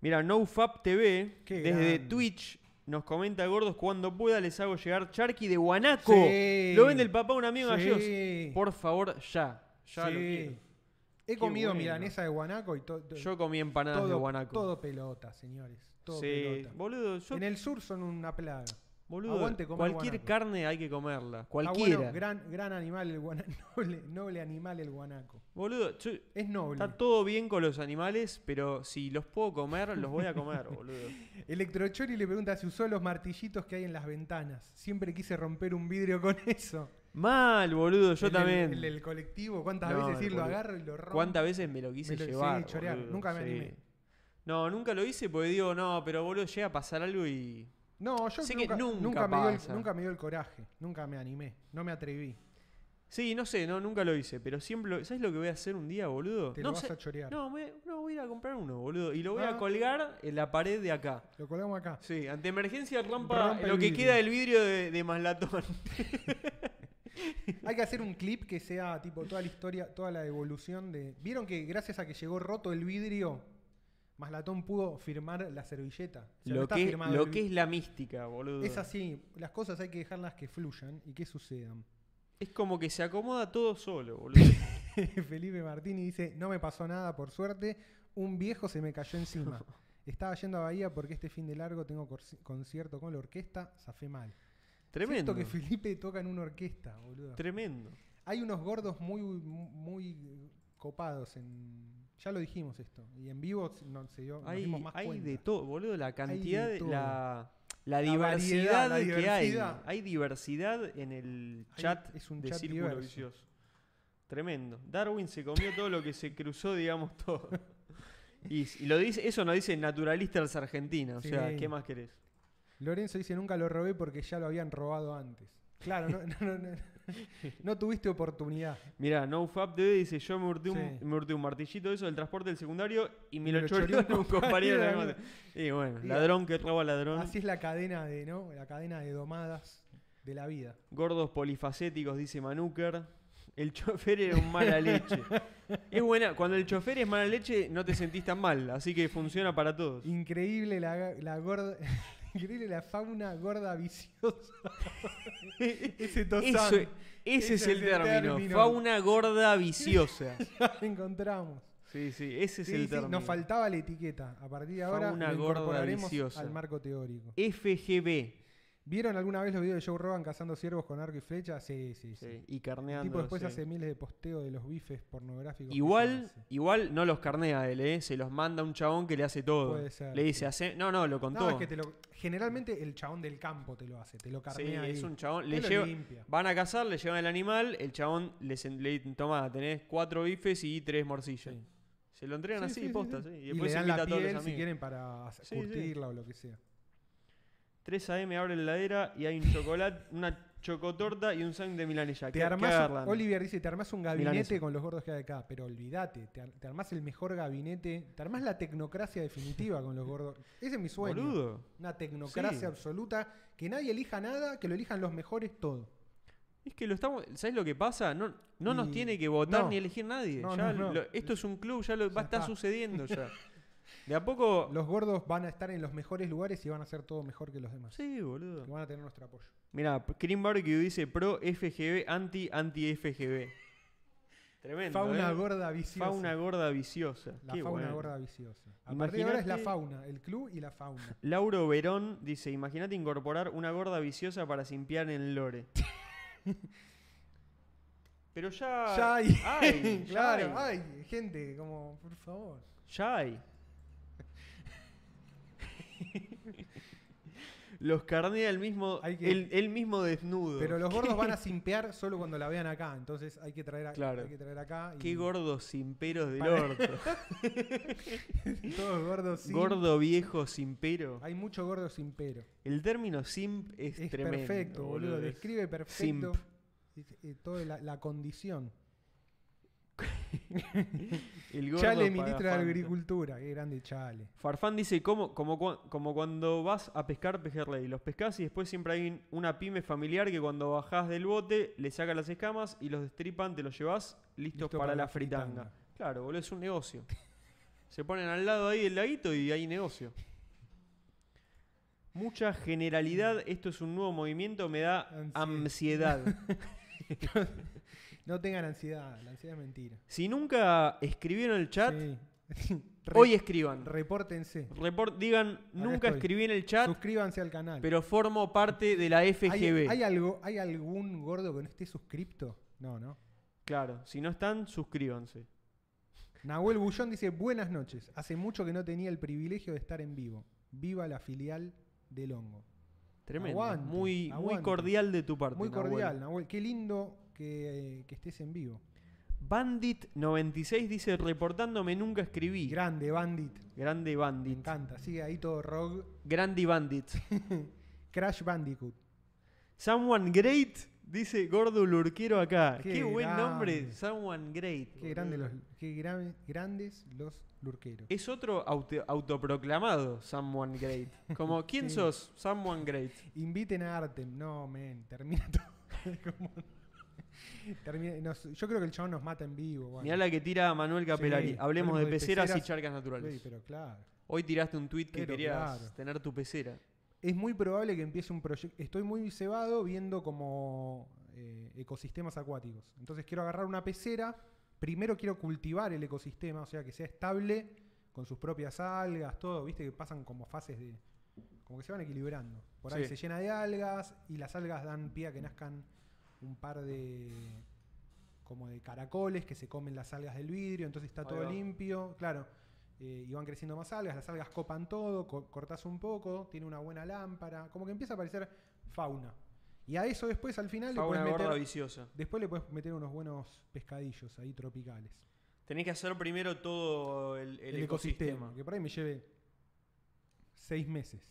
S2: Mira, NoFap TV,
S1: Qué
S2: desde
S1: grande.
S2: Twitch, nos comenta gordos cuando pueda les hago llegar Charqui de Guanaco.
S1: Sí.
S2: Lo vende el papá a un amigo
S1: Sí.
S2: gallegos. Por favor, ya. Ya lo
S1: Sí.
S2: quiero.
S1: He comido
S2: bueno.
S1: milanesa de guanaco y to- to-
S2: Yo comí empanadas
S1: todo,
S2: de Guanaco.
S1: todo pelota, señores. Todo
S2: Sí,
S1: pelota.
S2: boludo, yo-
S1: En el sur son una plaga.
S2: boludo,
S1: aguante comer
S2: cualquier
S1: guanaco.
S2: carne hay que comerla.
S1: Ah,
S2: Cualquiera.
S1: bueno, gran, gran animal el guanaco. Noble, noble animal el guanaco.
S2: Boludo, yo-
S1: Es noble.
S2: está todo bien con los animales, pero si los puedo comer, los voy a comer, boludo.
S1: Electrochori le pregunta si usó los martillitos que hay en las ventanas. Siempre quise romper un vidrio con eso.
S2: Mal, boludo, yo
S1: El del-
S2: también.
S1: El del colectivo. ¿Cuántas
S2: No,
S1: veces ir lo
S2: boludo.
S1: agarro y lo rompo?
S2: ¿Cuántas veces me lo quise
S1: Me lo- sí,
S2: llevar?
S1: chorear.
S2: boludo?
S1: Nunca me
S2: Sí.
S1: animé.
S2: No, nunca lo hice porque digo, no, pero boludo, llega a pasar algo y.
S1: No, yo
S2: Sé que
S1: nunca,
S2: nunca
S1: nunca me dio
S2: pasa.
S1: el, nunca me dio el coraje, nunca me animé, no me atreví.
S2: Sí, no sé, no, nunca lo hice, pero siempre. Lo... ¿Sabes lo que voy a hacer un día, boludo?
S1: Te
S2: no,
S1: lo vas
S2: sé-
S1: a chorear.
S2: no, me- no, voy a ir a comprar uno, boludo. Y lo voy a
S1: Ah.
S2: colgar en la pared de acá.
S1: Lo colgamos acá.
S2: Sí, ante emergencia rampa
S1: Rompe
S2: lo
S1: el
S2: que
S1: vidrio.
S2: queda del vidrio de, de Maslatón.
S1: Hay que hacer un clip que sea tipo toda la historia, toda la evolución de. ¿Vieron que gracias a que llegó roto el vidrio, Maslatón pudo firmar la servilleta? O sea, no
S2: lo
S1: está
S2: que,
S1: firmado
S2: lo
S1: el
S2: que
S1: vi-
S2: es la mística, boludo.
S1: es así, las cosas hay que dejarlas que fluyan y que sucedan.
S2: Es como que se acomoda todo solo, boludo.
S1: Felipe Martini dice, no me pasó nada, por suerte, un viejo se me cayó encima. Estaba yendo a Bahía porque este fin de largo tengo corci- concierto con la orquesta, zafé mal. Siento
S2: Tremendo.
S1: que Felipe toca en una orquesta, boludo.
S2: Tremendo.
S1: Hay unos gordos muy, muy copados en. Ya lo dijimos esto. Y en vivo no, se dio, nos
S2: Hay,
S1: dimos más
S2: hay
S1: cuenta.
S2: de todo, boludo. La cantidad,
S1: de
S2: de-
S1: todo.
S2: la,
S1: La
S2: la
S1: variedad,
S2: diversidad
S1: la
S2: que hay.
S1: diversidad.
S2: Hay diversidad en el
S1: Hay-
S2: chat
S1: es un
S2: de
S1: chat
S2: Círculo
S1: diverso.
S2: Vicioso. Tremendo. Darwin se comió todo lo que se cruzó, digamos, todo. Y, y lo dice, eso nos dice Naturalistas Argentina. O sea,
S1: Sí.
S2: ¿qué más querés?
S1: Lorenzo dice: Nunca lo robé porque ya lo habían robado antes. Claro, no, no, no, no, no tuviste oportunidad.
S2: Mirá, NoFap TV dice, yo me hurté, un,
S1: Sí.
S2: me hurté un martillito de eso del transporte del secundario y me lo
S1: lo
S2: choreó
S1: choreó
S2: un compañero de
S1: compañero.
S2: mate. Y bueno,
S1: Y-
S2: ladrón que roba ladrón.
S1: Así es la cadena de, ¿no? La cadena de domadas de la vida.
S2: Gordos polifacéticos, dice Manuker. El chofer era un mala leche. es buena, cuando el chofer es mala leche no te sentís tan mal, así que funciona para todos.
S1: Increíble la, la gorda. Increíble la fauna gorda viciosa. Ese
S2: Eso-
S1: tosán.
S2: ese es el término, fauna gorda viciosa.
S1: Lo encontramos.
S2: Sí, sí, ese Este es
S1: Sí,
S2: el
S1: sí,
S2: término.
S1: nos faltaba la etiqueta. A partir de ahora
S2: Fauna
S1: lo
S2: gorda
S1: incorporaremos
S2: viciosa.
S1: al marco teórico.
S2: FGB.
S1: ¿Vieron alguna vez los videos de Joe Rogan cazando ciervos con arco y flecha? Sí, sí, sí.
S2: Sí, y
S1: El
S2: carneando.
S1: tipo después
S2: sí.
S1: hace miles de posteos de los bifes pornográficos. que se
S2: Igual,
S1: hace.
S2: igual no los carnea él, ¿eh? se los manda un chabón que le hace todo.
S1: Puede ser,
S2: le
S1: sí.
S2: dice, hace... no, no, lo contó.
S1: No, es que te lo- generalmente el chabón del campo te lo hace, te lo
S2: Sí,
S1: carnea ahí.
S2: es un chabón.
S1: Te
S2: Le
S1: lo
S2: lleva-
S1: limpia.
S2: Van a cazar, le llevan el animal, el chabón les en- le toma, tenés cuatro bifes y tres morcillas.
S1: Sí.
S2: Se lo entregan
S1: Sí,
S2: así,
S1: sí, sí,
S2: posta,
S1: sí.
S2: sí. Y
S1: Y,
S2: después
S1: le dan
S2: invita
S1: la
S2: a todos los
S1: piel si
S2: amigos.
S1: quieren para hacer-
S2: Sí, sí.
S1: curtirla o lo que sea.
S2: 3 AM abre la heladera y hay un chocolate, una chocotorta y un sándwich de milanesa.
S1: Te
S2: ¿Qué- qué
S1: armás,
S2: agarran?
S1: Oliver dice, te armás un gabinete
S2: Milanesa.
S1: con los gordos que hay acá, pero olvídate, te, ar- te armás el mejor gabinete, te armás la tecnocracia definitiva con los gordos. Ese es mi sueño.
S2: Boludo.
S1: Una tecnocracia
S2: Sí.
S1: absoluta, que nadie elija nada, que lo elijan los mejores todo.
S2: Es que lo estamos. ¿Sabes lo que pasa? No, no nos
S1: Y-
S2: tiene que votar
S1: no.
S2: ni elegir nadie.
S1: No,
S2: Ya
S1: no, no.
S2: lo- esto es un club, ya lo va,
S1: Ya
S2: está
S1: está.
S2: sucediendo ya. De a poco.
S1: Los gordos van a estar en los mejores lugares y van a hacer todo mejor que los demás.
S2: Sí, boludo.
S1: Que van a tener nuestro apoyo.
S2: Mirá, Cream Barbecue dice pro FGB, anti, anti FGB. Tremendo.
S1: Fauna
S2: ¿eh?
S1: gorda viciosa.
S2: Fauna gorda viciosa.
S1: la
S2: Qué
S1: fauna
S2: bueno.
S1: gorda viciosa. A partir de ahora es la
S2: Imagínate-
S1: fauna, el club y la fauna.
S2: Lauro Verón dice: Imagínate incorporar una gorda viciosa para simpiar en Lore. Pero ya.
S1: ya hay,
S2: hay, ya
S1: claro,
S2: hay.
S1: hay gente como, por favor.
S2: Ya hay. Los carnea el mismo,
S1: Hay que-
S2: el, el mismo desnudo.
S1: Pero los gordos van a simpear solo cuando la vean acá, entonces hay que traer, a-
S2: Claro.
S1: hay que traer acá. y-
S2: Qué gordos simperos del
S1: Para-
S2: orto.
S1: Todos gordos sin.
S2: Gordo viejo simpero.
S1: Hay mucho gordo sin pero.
S2: El término simp es,
S1: Es
S2: tremendo.
S1: perfecto, boludo.
S2: es-
S1: Describe perfecto es- eh, toda la, la condición.
S2: El gordo
S1: Chale,
S2: paga
S1: ministro de
S2: fanto.
S1: Agricultura. Qué grande Chale.
S2: Farfán dice, como, como, cua- como cuando vas a pescar pejerrey, los pescás y después siempre hay un- una pyme familiar que cuando bajás del bote le sacas las escamas y los destripan, te los llevas listos
S1: Listo
S2: para, la fritanga. Claro, boludo, es un negocio. Se ponen al lado ahí del laguito y hay negocio. Mucha generalidad, esto es un nuevo movimiento, me da
S1: Ansiedad.
S2: ansiedad.
S1: No tengan ansiedad, la ansiedad es mentira.
S2: Si nunca escribieron el chat,
S1: Sí. Re-
S2: hoy escriban.
S1: repórtense.
S2: Report- digan, nunca
S1: estoy.
S2: escribí en el chat,
S1: Suscríbanse al canal.
S2: pero formo parte de la FGB.
S1: ¿Hay, hay algo, ¿Hay algún gordo que no esté suscripto? No, no.
S2: Claro, si no están, suscríbanse.
S1: Nahuel Bullón dice, buenas noches. Hace mucho que no tenía el privilegio de estar en vivo. Viva la filial del hongo.
S2: Tremendo.
S1: Aguante,
S2: muy, muy
S1: aguante.
S2: cordial de tu parte.
S1: Muy
S2: Nahuel.
S1: cordial, Nahuel. Qué lindo que, que estés en vivo.
S2: Bandit96 dice, reportándome nunca escribí.
S1: Grande, Bandit.
S2: Grande
S1: Me
S2: Bandit.
S1: encanta. Sigue ahí todo rogue.
S2: Grande Bandit.
S1: Crash Bandicoot.
S2: Someone Great dice Gordo Lurquero acá. Qué,
S1: Qué
S2: buen
S1: grande.
S2: nombre, Someone Great.
S1: Qué,
S2: boludo.
S1: grande los, qué gra- grandes los lurqueros.
S2: Es otro auto- autoproclamado Someone Great. Como, ¿quién
S1: Sí.
S2: sos? Someone Great.
S1: Inviten a Artem. No, men. Termina todo. Como- termina- nos- yo creo que el chabón nos mata en vivo. bueno.
S2: Mirá la que tira Manuel Capelari.
S1: Sí,
S2: Hablemos de peceras, y charcas
S1: Sí,
S2: naturales.
S1: pero claro.
S2: Hoy tiraste un tuit que
S1: Pero
S2: querías
S1: claro.
S2: tener tu pecera.
S1: Es muy probable que empiece un proyecto. Estoy muy cebado viendo como eh, ecosistemas acuáticos. Entonces quiero agarrar una pecera. Primero quiero cultivar el ecosistema, o sea, que sea estable con sus propias algas, todo. Viste que pasan como fases de. como que se van equilibrando. Por ahí
S2: Sí.
S1: se llena de algas y las algas dan pie a que nazcan un par de. como de caracoles que se comen las algas del vidrio, entonces está
S2: Ahí
S1: todo
S2: va.
S1: limpio, claro. eh, y van creciendo más algas, las algas copan todo, co- cortás un poco, tiene una buena lámpara, como que empieza a aparecer fauna. Y a eso después al final
S2: Fauna
S1: le puedes
S2: gorda
S1: meter,
S2: viciosa.
S1: después le puedes meter unos buenos pescadillos ahí tropicales.
S2: Tenés que hacer primero todo el, el ecosistema.
S1: que por ahí me lleve seis meses.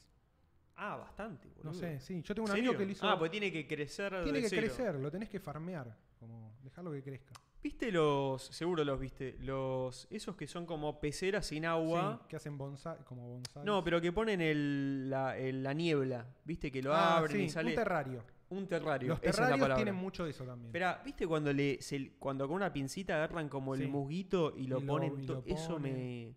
S2: Ah, bastante, boludo.
S1: No sé, sí. Yo tengo un
S2: ¿En
S1: amigo
S2: serio?
S1: que lo hizo.
S2: Ah, pues tiene que crecer.
S1: tiene
S2: de
S1: que
S2: cero.
S1: crecer, lo tenés que farmear, como dejarlo que crezca.
S2: ¿Viste los, seguro los viste, los esos que son como peceras sin agua?
S1: Sí, que hacen bonsai, como bonsai.
S2: No, pero que ponen el, la, el- la niebla, ¿viste? Que lo abren y sale.
S1: Ah, Un terrario.
S2: Un terrario.
S1: Los
S2: esa es la
S1: terrarios
S2: palabra.
S1: tienen mucho de eso también.
S2: Espera, ¿viste cuando le se- cuando con una pincita agarran como el
S1: Sí.
S2: musguito y lo
S1: Y lo-
S2: ponen?
S1: y
S2: to-
S1: lo
S2: Eso
S1: ponen.
S2: me.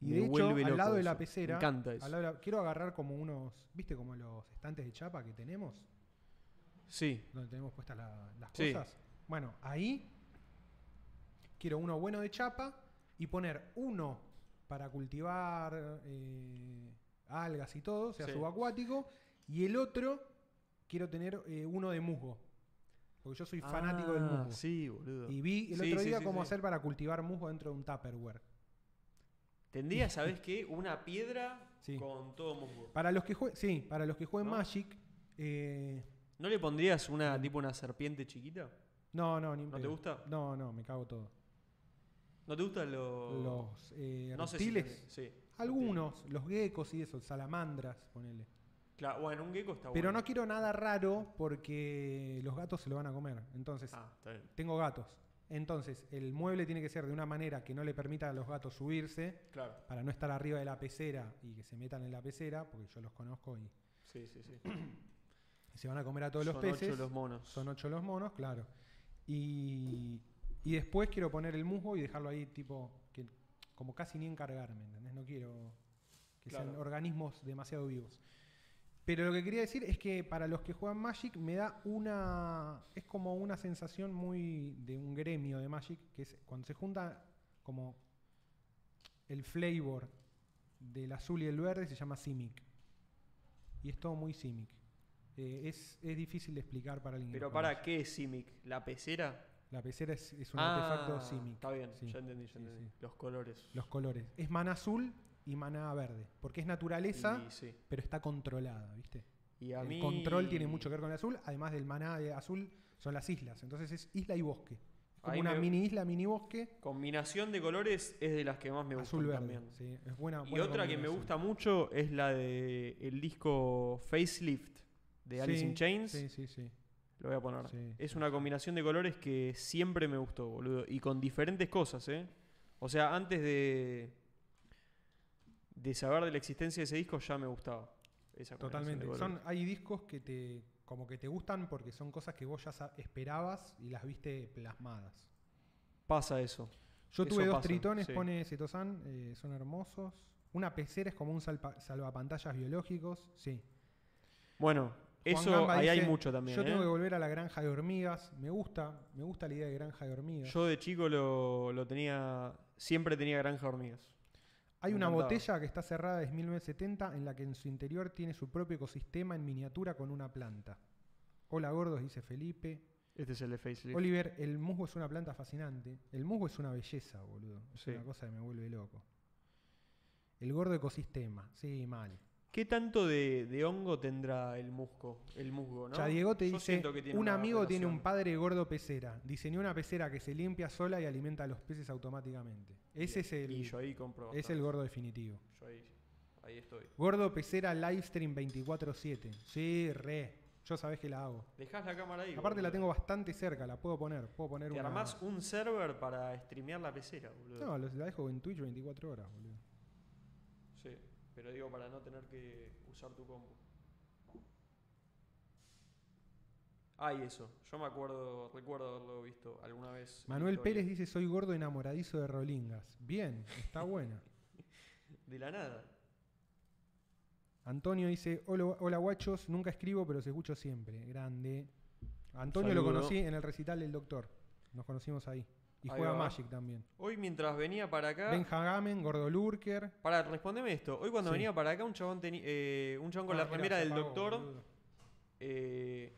S1: y
S2: me
S1: de hecho,
S2: vuelve
S1: al
S2: loco
S1: lado de
S2: eso.
S1: la pecera,
S2: Me encanta
S1: al
S2: eso.
S1: lado de la- quiero agarrar como unos, ¿viste? Como los estantes de chapa que tenemos,
S2: Sí.
S1: donde tenemos puestas la- las
S2: Sí.
S1: cosas. Bueno, ahí quiero uno bueno de chapa y poner uno para cultivar eh, algas y todo, o sea,
S2: Sí.
S1: subacuático, y el otro quiero tener eh, uno de musgo, porque yo soy fanático del
S2: Ah,
S1: musgo.
S2: Sí, boludo.
S1: Y vi el
S2: Sí,
S1: otro
S2: sí,
S1: día
S2: sí,
S1: cómo
S2: sí.
S1: hacer para cultivar musgo dentro de un Tupperware.
S2: Tendría, ¿sabes qué? Una piedra
S1: Sí.
S2: con todo musgo.
S1: Para los que jueguen, sí, para los que jueguen
S2: ¿No?
S1: Magic, eh,
S2: ¿No le pondrías
S1: Mm.
S2: una tipo una serpiente chiquita?
S1: no, no, ni en
S2: ¿No te
S1: pedo.
S2: gusta?
S1: No, no, me cago todo.
S2: ¿No te gustan los
S1: Los eh,
S2: Oh. no sé si
S1: reptiles,
S2: tenés- sí.
S1: algunos, los geckos y eso, salamandras, ponele.
S2: Claro, bueno, un gecko está
S1: Pero
S2: bueno.
S1: no quiero nada raro porque los gatos se lo van a comer. Entonces,
S2: Ah, está bien.
S1: tengo gatos. Entonces, el mueble tiene que ser de una manera que no le permita a los gatos subirse
S2: Claro.
S1: para no estar arriba de la pecera y que se metan en la pecera, porque yo los conozco y
S2: Sí, sí, sí.
S1: se van a comer a todos los
S2: Son ocho
S1: peces.
S2: los monos.
S1: Son ocho los monos, claro. Y, y después quiero poner el musgo y dejarlo ahí, tipo, que, como casi ni encargarme, ¿entendés? No quiero que sean
S2: Claro.
S1: organismos demasiado vivos. Pero lo que quería decir es que para los que juegan Magic me da una. Es como una sensación muy de un gremio de Magic, que es cuando se junta como el flavor del azul y el verde se llama Simic. Y es todo muy Simic. Eh, es, es difícil de explicar para alguien. que
S2: Pero
S1: no conoce.
S2: para qué es Simic, la pecera.
S1: La pecera es, es un
S2: Ah,
S1: artefacto Simic.
S2: Está bien,
S1: Sí,
S2: ya entendí, ya
S1: sí,
S2: entendí.
S1: sí.
S2: Los colores.
S1: Los colores. Es maná azul y maná verde. Porque es naturaleza,
S2: Y, sí.
S1: pero está controlada, ¿viste?
S2: Y a
S1: El
S2: mí-
S1: control tiene mucho que ver con el azul. Además del maná de azul son las islas. Entonces es isla y bosque. Es como
S2: Ahí
S1: una
S2: me-
S1: mini isla, mini bosque.
S2: Combinación de colores es de las que más me gustan
S1: Azul-verde.
S2: también.
S1: Sí, es buena,
S2: Y
S1: buena
S2: otra que me
S1: combinación.
S2: gusta mucho es la de el disco Facelift de Alice
S1: Sí,
S2: in Chains.
S1: Sí, sí, sí.
S2: Lo voy a poner.
S1: Sí,
S2: es
S1: sí,
S2: una combinación de colores que siempre me gustó, boludo. Y con diferentes cosas, ¿eh? O sea, antes de. de saber de la existencia de ese disco ya me gustaba. Esa combinación de
S1: Totalmente.
S2: colores.
S1: Son, hay discos que te como que te gustan porque son cosas que vos ya sa- esperabas y las viste plasmadas.
S2: Pasa eso.
S1: Yo
S2: Eso
S1: tuve dos
S2: pasa,
S1: tritones,
S2: sí.
S1: pone Cetosan, eh, son hermosos. Una pecera es como un salpa- salvapantallas biológicos, sí.
S2: Bueno,
S1: Juan
S2: eso
S1: Gamba
S2: ahí hay
S1: dice,
S2: mucho también.
S1: Yo tengo
S2: ¿eh?
S1: que volver a la granja de hormigas, me gusta, me gusta la idea de granja de hormigas.
S2: Yo de chico lo, lo tenía. Siempre tenía granja de hormigas.
S1: Hay
S2: me
S1: una
S2: encantaba.
S1: botella que está cerrada desde 1970 en la que en su interior tiene su propio ecosistema en miniatura con una planta. Hola gordos, dice Felipe.
S2: Este es el de Facelift.
S1: Oliver, el musgo es una planta fascinante. El musgo es una belleza, boludo. Es
S2: Sí.
S1: una cosa que me vuelve loco. El gordo ecosistema, sí, mal.
S2: ¿Qué tanto de, de hongo tendrá el musgo? El musgo, ¿no?
S1: Ya Diego te
S2: Yo
S1: dice,
S2: siento que tiene
S1: un
S2: una
S1: amigo tiene un
S2: relación.
S1: padre gordo pecera. Diseñó una pecera que se limpia sola y alimenta a los peces automáticamente. Ese es
S2: Y
S1: el,
S2: yo ahí compro.
S1: es el
S2: bastante.
S1: gordo definitivo.
S2: Yo ahí, ahí estoy.
S1: Gordo pecera livestream 24-7. Sí, re. Yo sabés que la hago.
S2: Dejás la cámara ahí.
S1: Aparte la
S2: boludo.
S1: tengo bastante cerca, la puedo poner. Puedo poner
S2: Te
S1: una...
S2: armás un server para streamear la pecera, boludo.
S1: No, los- la dejo en Twitch 24 horas, boludo.
S2: Sí, pero digo para no tener que usar tu combo. Ay, Ah, eso. Yo me acuerdo, recuerdo haberlo visto alguna vez. en
S1: Manuel
S2: historia.
S1: Pérez dice, soy gordo enamoradizo de Rolingas. Bien, está buena.
S2: De la nada.
S1: Antonio dice, hola, hola, guachos, nunca escribo, pero se escucho siempre. Grande. Antonio lo
S2: Saludo.
S1: conocí en el recital del doctor. Nos conocimos ahí. Y
S2: Ahí
S1: juega
S2: va. Ah.
S1: Magic también.
S2: Hoy mientras venía para acá.
S1: Ben Hagamen, Gordo Lurker.
S2: Para, respondeme esto. Hoy cuando
S1: Sí.
S2: venía para acá, un chabón, teni- eh, un chabón con
S1: Ah,
S2: la
S1: mirá,
S2: remera
S1: se
S2: del
S1: apagó,
S2: doctor.
S1: boludo.
S2: eh,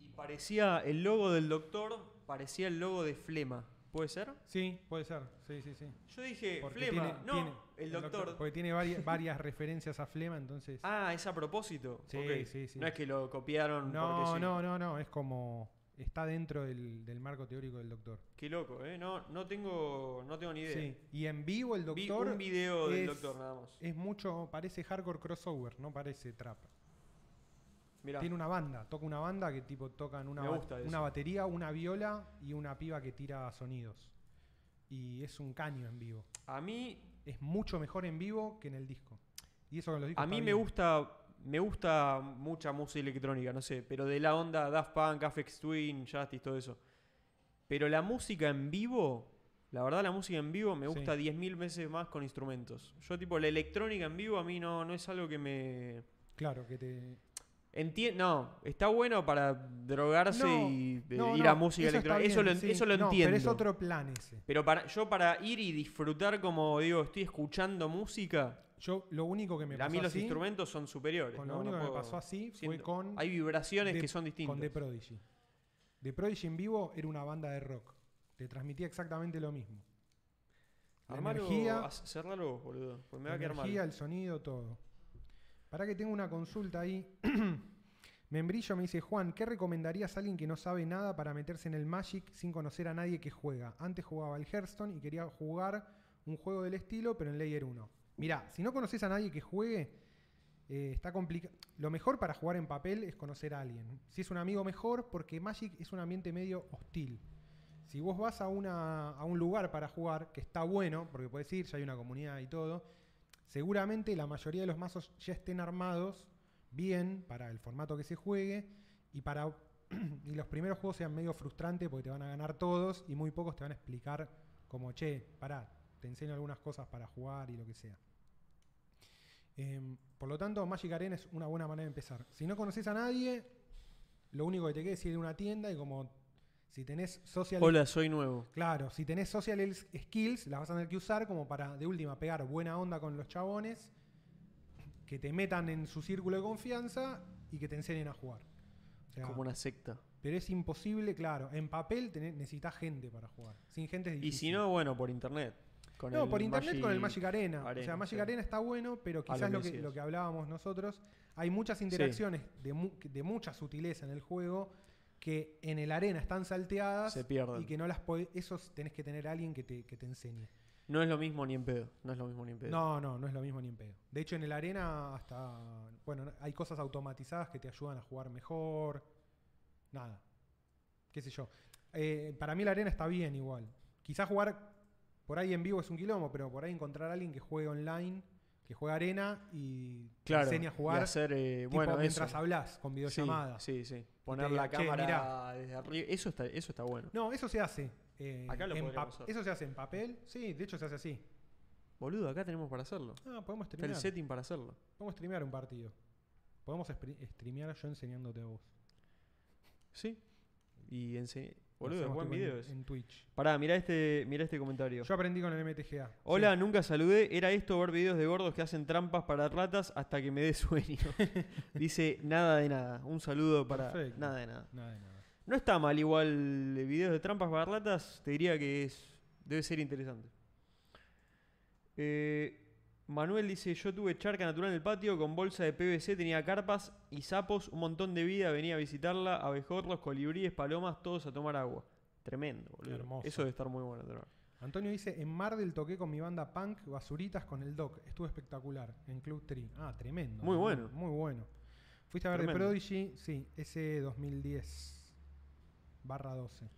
S2: y parecía el logo del doctor, parecía el logo de Flema. ¿Puede ser?
S1: Sí, puede ser. Sí, sí, sí.
S2: Yo dije,
S1: Porque
S2: Eh, Flema,
S1: tiene-
S2: no,
S1: tiene-
S2: el doctor.
S1: Porque tiene varias, varias referencias a Flema, entonces...
S2: Ah, es a propósito.
S1: Sí,
S2: Ok.
S1: sí, sí.
S2: No es que lo copiaron porque
S1: no,
S2: sí.
S1: no, no, no. Es como... Está dentro del, del marco teórico del doctor.
S2: Qué loco, ¿eh? No, no, tengo, no tengo ni idea.
S1: Sí. Y en vivo el
S2: Vi
S1: doctor...
S2: un video del
S1: es-
S2: doctor nada más.
S1: Es mucho, parece hardcore crossover, no parece trap.
S2: Mirá,
S1: Tiene una banda, toca una banda que tipo tocan una,
S2: Me
S1: ba-
S2: gusta eso.
S1: una batería, una viola y una piba que tira sonidos. Y es un caño en vivo.
S2: a mí,
S1: Es mucho mejor en vivo que en el disco. Y eso con los discos.
S2: a
S1: está
S2: mí me
S1: bien.
S2: gusta me gusta mucha música electrónica, no sé, pero de la onda Daft Punk, Afex Twin, Justice, todo eso. Pero la música en vivo, la verdad la música en vivo me
S1: Sí.
S2: gusta 10.000 veces más con instrumentos. Yo tipo, la electrónica en vivo a mí no, no es algo que me...
S1: Claro, que te.
S2: Enti- no, está bueno para drogarse
S1: No,
S2: y eh,
S1: No,
S2: ir
S1: no,
S2: a música
S1: eso está
S2: electrónica. Eso,
S1: bien,
S2: lo, en-
S1: sí.
S2: eso lo
S1: No,
S2: entiendo.
S1: Pero es otro plan ese.
S2: Pero para, yo para ir y disfrutar como digo, estoy escuchando música,
S1: Yo lo único que me
S2: a
S1: pasó
S2: mí los
S1: así,
S2: instrumentos son superiores.
S1: con
S2: no-
S1: lo único
S2: no
S1: que me
S2: puedo-
S1: pasó así fue
S2: siento-
S1: con,
S2: Hay vibraciones
S1: The-
S2: que son distintas.
S1: con The Prodigy. The Prodigy en vivo era una banda de rock. Te transmitía exactamente lo mismo. La
S2: Armalo,
S1: energía,
S2: haz- cerralo vos, boludo. Porque pues me
S1: la
S2: va a quedar mal.
S1: energía, el sonido, todo. Para que tengo una consulta ahí. Membrillo me dice, Juan, ¿qué recomendarías a alguien que no sabe nada para meterse en el Magic sin conocer a nadie que juega? Antes jugaba al Hearthstone y quería jugar un juego del estilo, pero en Layer 1. Mirá, si no conoces a nadie que juegue, eh, está complicado. Lo mejor para jugar en papel es conocer a alguien. Si es un amigo, mejor, porque Magic es un ambiente medio hostil. Si vos vas a, una, a un lugar para jugar, que está bueno, porque puedes ir, ya hay una comunidad y todo, seguramente la mayoría de los mazos ya estén armados bien para el formato que se juegue y para y los primeros juegos sean medio frustrantes porque te van a ganar todos y muy pocos te van a explicar como, che, pará, te enseño algunas cosas para jugar y lo que sea. Em, por lo tanto, Magic Arena es una buena manera de empezar. Si no conoces a nadie, lo único que te queda es ir a una tienda y como si tenés social
S2: Hola, soy nuevo.
S1: Claro, si tenés social es- skills, las vas a tener que usar como para, de última, pegar buena onda con los chabones, que te metan en su círculo de confianza y que te enseñen a jugar. O sea,
S2: Como una secta.
S1: Pero es imposible, claro. En papel tenés- necesitas gente para jugar. Sin gente es
S2: Y
S1: difícil.
S2: si no, bueno, por internet. Con
S1: No,
S2: el
S1: por internet con el Magic Arena. o
S2: Arena,
S1: sea, Magic
S2: sí.
S1: Arena está bueno, pero
S2: lo
S1: quizás
S2: que
S1: lo que,
S2: decías.
S1: lo que hablábamos nosotros, hay muchas interacciones de, mu- de mucha sutileza en el juego que en el arena están salteadas
S2: Se pierden.
S1: y que no las podés, eso tenés que tener a alguien que te, que te enseñe.
S2: No es lo mismo ni en pedo. No es lo mismo ni en pedo.
S1: No, no, no es lo mismo ni en pedo. De hecho, en el arena hasta, bueno, no- hay cosas automatizadas que te ayudan a jugar mejor. Nada. Qué sé yo. Eh, para mí la arena está bien igual. Quizás jugar por ahí en vivo es un quilombo, pero por ahí encontrar a alguien que juegue online, que juega arena y te
S2: claro.
S1: enseñe a jugar
S2: y hacer, eh,
S1: tipo,
S2: bueno,
S1: mientras
S2: eso.
S1: hablas con
S2: Sí,
S1: videollamada.
S2: Sí, sí. Poner
S1: diga,
S2: la
S1: "Che,
S2: cámara
S1: mirá".
S2: desde arriba. Eso está, eso está bueno.
S1: No, eso se hace. eh,
S2: Acá lo
S1: en
S2: podríamos
S1: pap-
S2: hacer.
S1: Eso se hace en papel. Sí, de hecho se hace así.
S2: Boludo, acá tenemos para hacerlo.
S1: Ah, podemos
S2: Está el
S1: streamear.
S2: setting para hacerlo.
S1: Podemos streamear un partido. Podemos espri- streamear yo enseñándote a vos.
S2: Sí. Y enseñé.
S1: Lo
S2: Boludo,
S1: hacemos
S2: buen
S1: tipo en-
S2: video. ese.
S1: En Twitch.
S2: Pará, mirá este, mirá este comentario.
S1: Yo aprendí con el MTGA.
S2: Hola,
S1: Sí.
S2: nunca saludé. Era esto ver videos de gordos que hacen trampas para ratas hasta que me dé sueño. Dice nada de nada. Un saludo para
S1: Perfecto.
S2: nada de nada.
S1: Nada de nada.
S2: No está mal igual eh, videos de trampas para ratas. Te diría que es debe ser interesante. Eh, Manuel dice, yo tuve charca natural en el patio con bolsa de PVC, tenía carpas y sapos, un montón de vida, venía a visitarla, abejorros, colibríes, palomas, todos a tomar agua. Tremendo, boludo.
S1: Hermoso.
S2: Eso debe estar muy bueno. de verdad.
S1: Antonio dice, en Mar del toqué con mi banda punk Basuritas con el Doc. Estuvo espectacular. En Club Tree. Ah, tremendo.
S2: Muy
S1: ¿no?
S2: bueno.
S1: Muy bueno. Fuiste a ver The
S2: Tremendo.
S1: Prodigy, sí, ese 2010. Barra 12.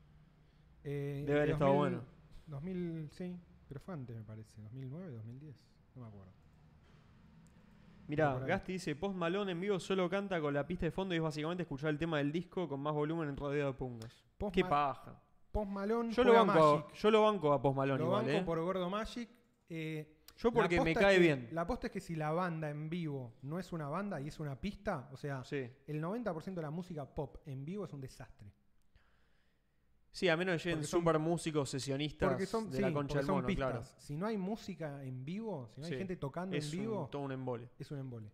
S1: Eh,
S2: Debe haber
S1: de
S2: estado
S1: 2000
S2: bueno.
S1: 2000, sí, pero fue antes me parece. 2009, 2010. No me acuerdo.
S2: Mirá,
S1: Por ahí.
S2: Gasti dice, Post Malone en vivo solo canta con la pista de fondo y es básicamente escuchar el tema del disco con más volumen en rodeado de pungas.
S1: Post,
S2: Qué
S1: Ma-
S2: paja.
S1: Post Malone
S2: Yo lo,
S1: juega
S2: banco,
S1: Magic.
S2: yo lo banco a Post Malone
S1: Lo
S2: igual,
S1: banco
S2: ¿eh?
S1: por Gordo Magic. Eh,
S2: Yo
S1: La
S2: porque me
S1: posta es
S2: cae
S1: que-
S2: bien.
S1: La aposta es que si la banda en vivo no es una banda y es una pista, o sea,
S2: Sí.
S1: el 90% de la música pop en vivo es un desastre.
S2: Sí, a menos que lleguen
S1: Porque son-
S2: super músicos sesionistas
S1: Porque son,
S2: de
S1: sí,
S2: la concha
S1: porque
S2: del
S1: son
S2: mono,
S1: pistas.
S2: claro.
S1: Si no hay música en vivo, si no hay
S2: Sí.
S1: gente tocando
S2: Es
S1: en vivo,
S2: un, todo un embole.
S1: es un embole.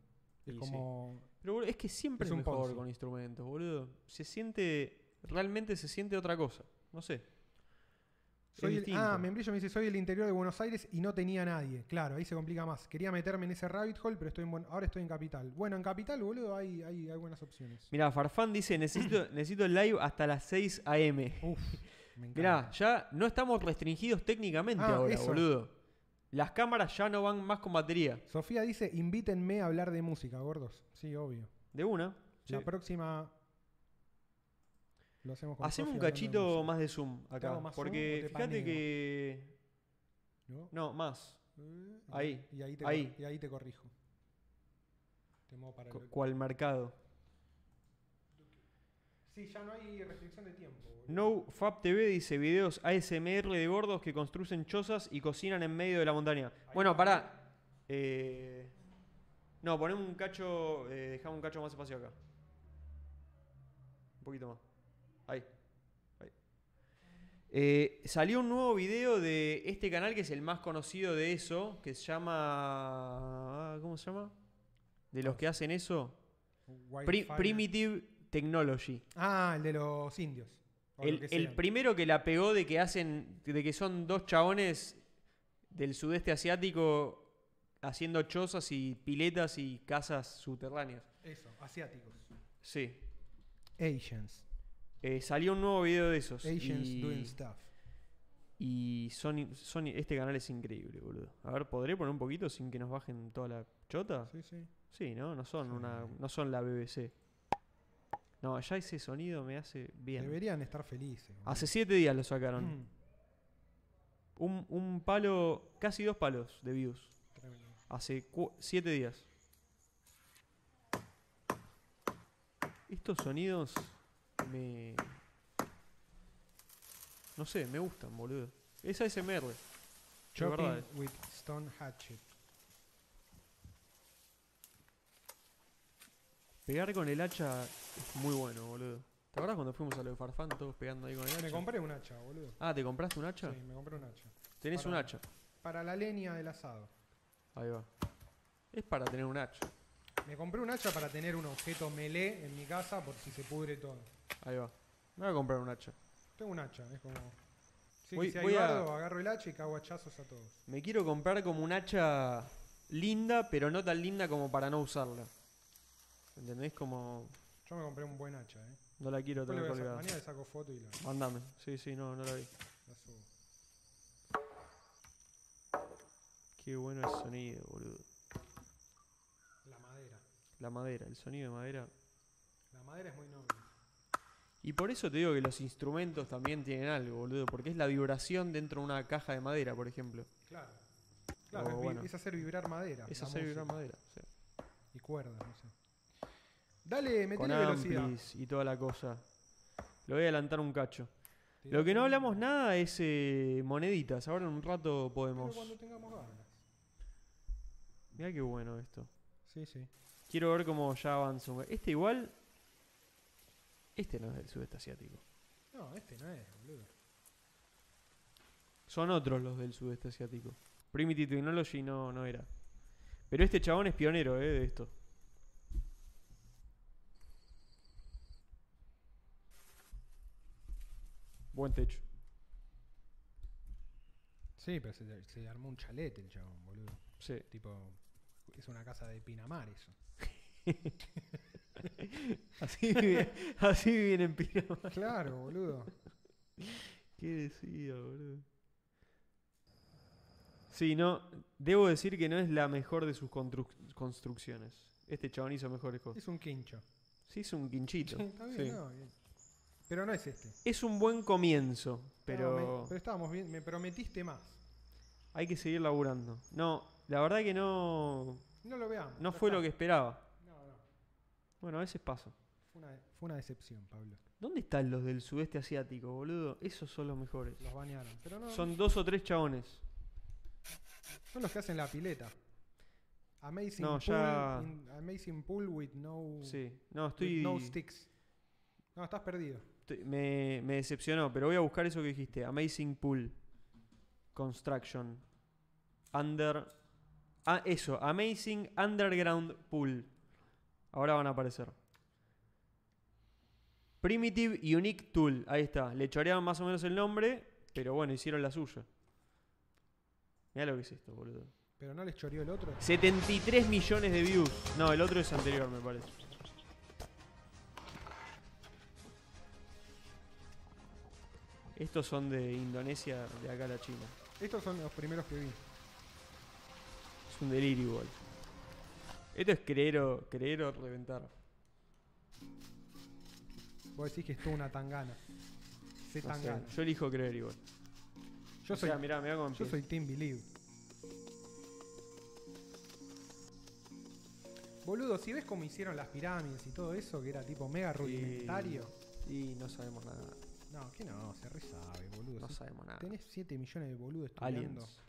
S1: Es
S2: Y
S1: como.
S2: Pero boludo, es que siempre
S1: Es
S2: es,
S1: un
S2: mejor
S1: Ponzi.
S2: con instrumentos, boludo. Se siente, realmente se siente otra cosa. No sé. Es
S1: Soy el,
S2: distinto.
S1: ah, Membrillo me dice: Soy del interior de Buenos Aires y no tenía nadie. Claro, ahí se complica más. Quería meterme en ese rabbit hole, pero estoy en Buen- ahora estoy en Capital. Bueno, en Capital, boludo, hay, hay, hay buenas opciones.
S2: Mirá, Farfán dice, necesito, necesito el live hasta las 6 am.
S1: Uf, me encanta.
S2: Mirá, ya no estamos restringidos técnicamente
S1: Ah,
S2: ahora,
S1: eso.
S2: boludo. Las cámaras ya no van más con batería.
S1: Sofía dice: Invítenme a hablar de música, gordos. Sí, obvio.
S2: De una.
S1: La
S2: Sí.
S1: próxima lo hacemos con
S2: Hacemos un
S1: Sofi hablando de
S2: cachito
S1: música.
S2: más de zoom acá.
S1: hago más zoom o
S2: porque
S1: te
S2: fíjate
S1: paneo?
S2: que.
S1: ¿No?
S2: No, más.
S1: Eh,
S2: Ahí,
S1: Y ahí te,
S2: ahí.
S1: cor- y ahí te corrijo. Temo para
S2: Cu-
S1: el-
S2: ¿Cuál mercado?
S1: Sí, ya no hay restricción de tiempo. boludo.
S2: No Fab TV dice videos ASMR de gordos que construyen chozas y cocinan en medio de la montaña. Bueno, pará. Eh, no, ponemos un cacho. Eh, dejamos un cacho más espacio acá. Un poquito más. Ahí. Ahí. Eh, salió un nuevo video de este canal que es el más conocido de eso, que se llama. ah, ¿Cómo se llama? De los que hacen eso.
S1: White
S2: Pri-
S1: Fire.
S2: Primitive Technology.
S1: Ah, el de los indios. o lo
S2: El,
S1: que
S2: el
S1: sean.
S2: primero que la pegó de que hacen, de que son dos chabones del sudeste asiático haciendo chozas y piletas y casas subterráneas.
S1: Eso, asiáticos.
S2: Sí.
S1: Asians.
S2: Eh, salió un nuevo video de esos.
S1: Asians
S2: y
S1: doing stuff.
S2: y son, in- son in- este canal es increíble, boludo. A ver, ¿podré poner un poquito sin que nos bajen toda la chota?
S1: Sí, sí.
S2: Sí, ¿no? No son,
S1: Sí.
S2: una, no son la BBC. No, ya ese sonido me hace bien.
S1: Deberían estar felices. boludo.
S2: Hace siete días lo sacaron.
S1: Mm,
S2: Un, un palo, casi dos palos de views.
S1: tremendo.
S2: Hace cu- siete días. Estos sonidos me... No sé, me gustan, boludo. Es ASMR. de verdad, eh.
S1: Chopping with stone hatchet.
S2: Pegar con el hacha es muy bueno, boludo. ¿Te acuerdas cuando fuimos a lo de Farfán todos pegando ahí con el
S1: Me
S2: hacha?
S1: compré un hacha, boludo.
S2: Ah, ¿te compraste un hacha?
S1: Sí, me compré un hacha.
S2: Tenés
S1: para-
S2: un hacha.
S1: Para la leña del asado.
S2: Ahí va. Es para tener un hacha.
S1: Me compré un hacha para tener un objeto melee en mi casa por si se pudre todo.
S2: Ahí va. Me voy a comprar un hacha.
S1: ¿eh?
S2: eh, Este
S1: este
S2: este eh, Este
S1: este.
S2: ah,
S1: Boludo, si ves cómo hicieron las pirámides y todo eso, que era tipo mega rudimentario.
S2: Y no sabemos nada.
S1: No, que no, se re sabe, boludo.
S2: No
S1: Si
S2: sabemos nada.
S1: tenés 7 millones de boludos estudiando.
S2: Aliens.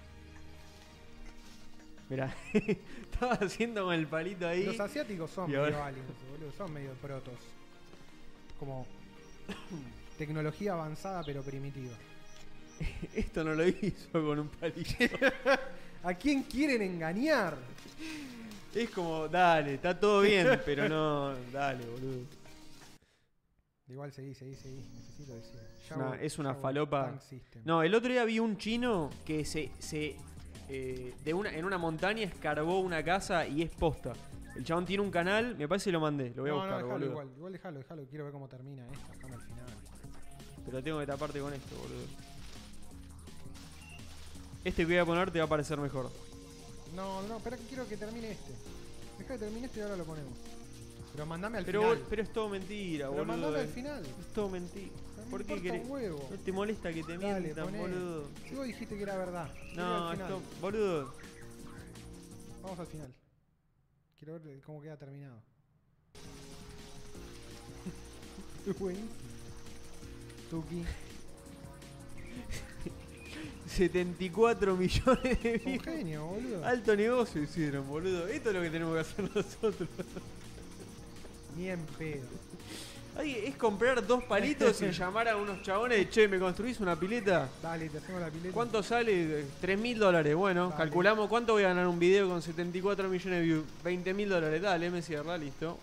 S2: Mirá, estaba haciendo con el palito ahí.
S1: Los asiáticos son
S2: Y
S1: medio
S2: ahora-
S1: aliens, boludo, son medio protos. Como tecnología avanzada pero primitiva.
S2: Esto no lo hizo con un palito.
S1: ¿A quién quieren engañar?
S2: es como, dale, está todo bien, pero no, dale, boludo.
S1: Igual seguí, seguí, seguí. Necesito decir.
S2: Es una- es una falopa.
S1: Tank System.
S2: No, el otro día vi un chino que se, se eh, de una, en una montaña escarbó una casa y es posta. El chabón tiene un canal, me parece que lo mandé, lo voy a
S1: no,
S2: buscar,
S1: no, dejalo
S2: boludo.
S1: igual. Igual dejalo, dejalo. Quiero ver cómo termina esto. Dejame al final.
S2: Pero tengo que taparte con esto, boludo. Este que voy a poner te va a parecer mejor.
S1: No, no, espera que quiero que termine este. Deja que termine este y ahora lo ponemos. Pero mandame al
S2: Pero,
S1: final.
S2: vol- pero es todo mentira,
S1: Pero
S2: boludo. eh.
S1: mandame al
S2: Es
S1: final.
S2: todo mentira.
S1: No me
S2: ¿Por qué
S1: importa
S2: querés?
S1: un huevo.
S2: No te molesta que te
S1: Dale,
S2: mientan,
S1: poné.
S2: boludo.
S1: Si vos dijiste que era verdad. Quiero ir
S2: No,
S1: al
S2: esto,
S1: final.
S2: boludo.
S1: Vamos al final. Quiero ver cómo queda terminado. Es buenísimo. Tuki.
S2: 74 millones de
S1: Es un
S2: views.
S1: genio, boludo.
S2: Alto negocio hicieron, boludo. Esto es lo que tenemos que hacer nosotros.
S1: Ni en pedo.
S2: Ay, es comprar dos palitos y llamar a unos chabones. Che, ¿me construís una pileta?
S1: Dale, te hacemos la pileta.
S2: ¿Cuánto sale? 3 mil dólares. Bueno,
S1: Dale.
S2: calculamos cuánto voy a ganar un video con 74 millones de views. 20 mil dólares. Dale, me cierra, listo.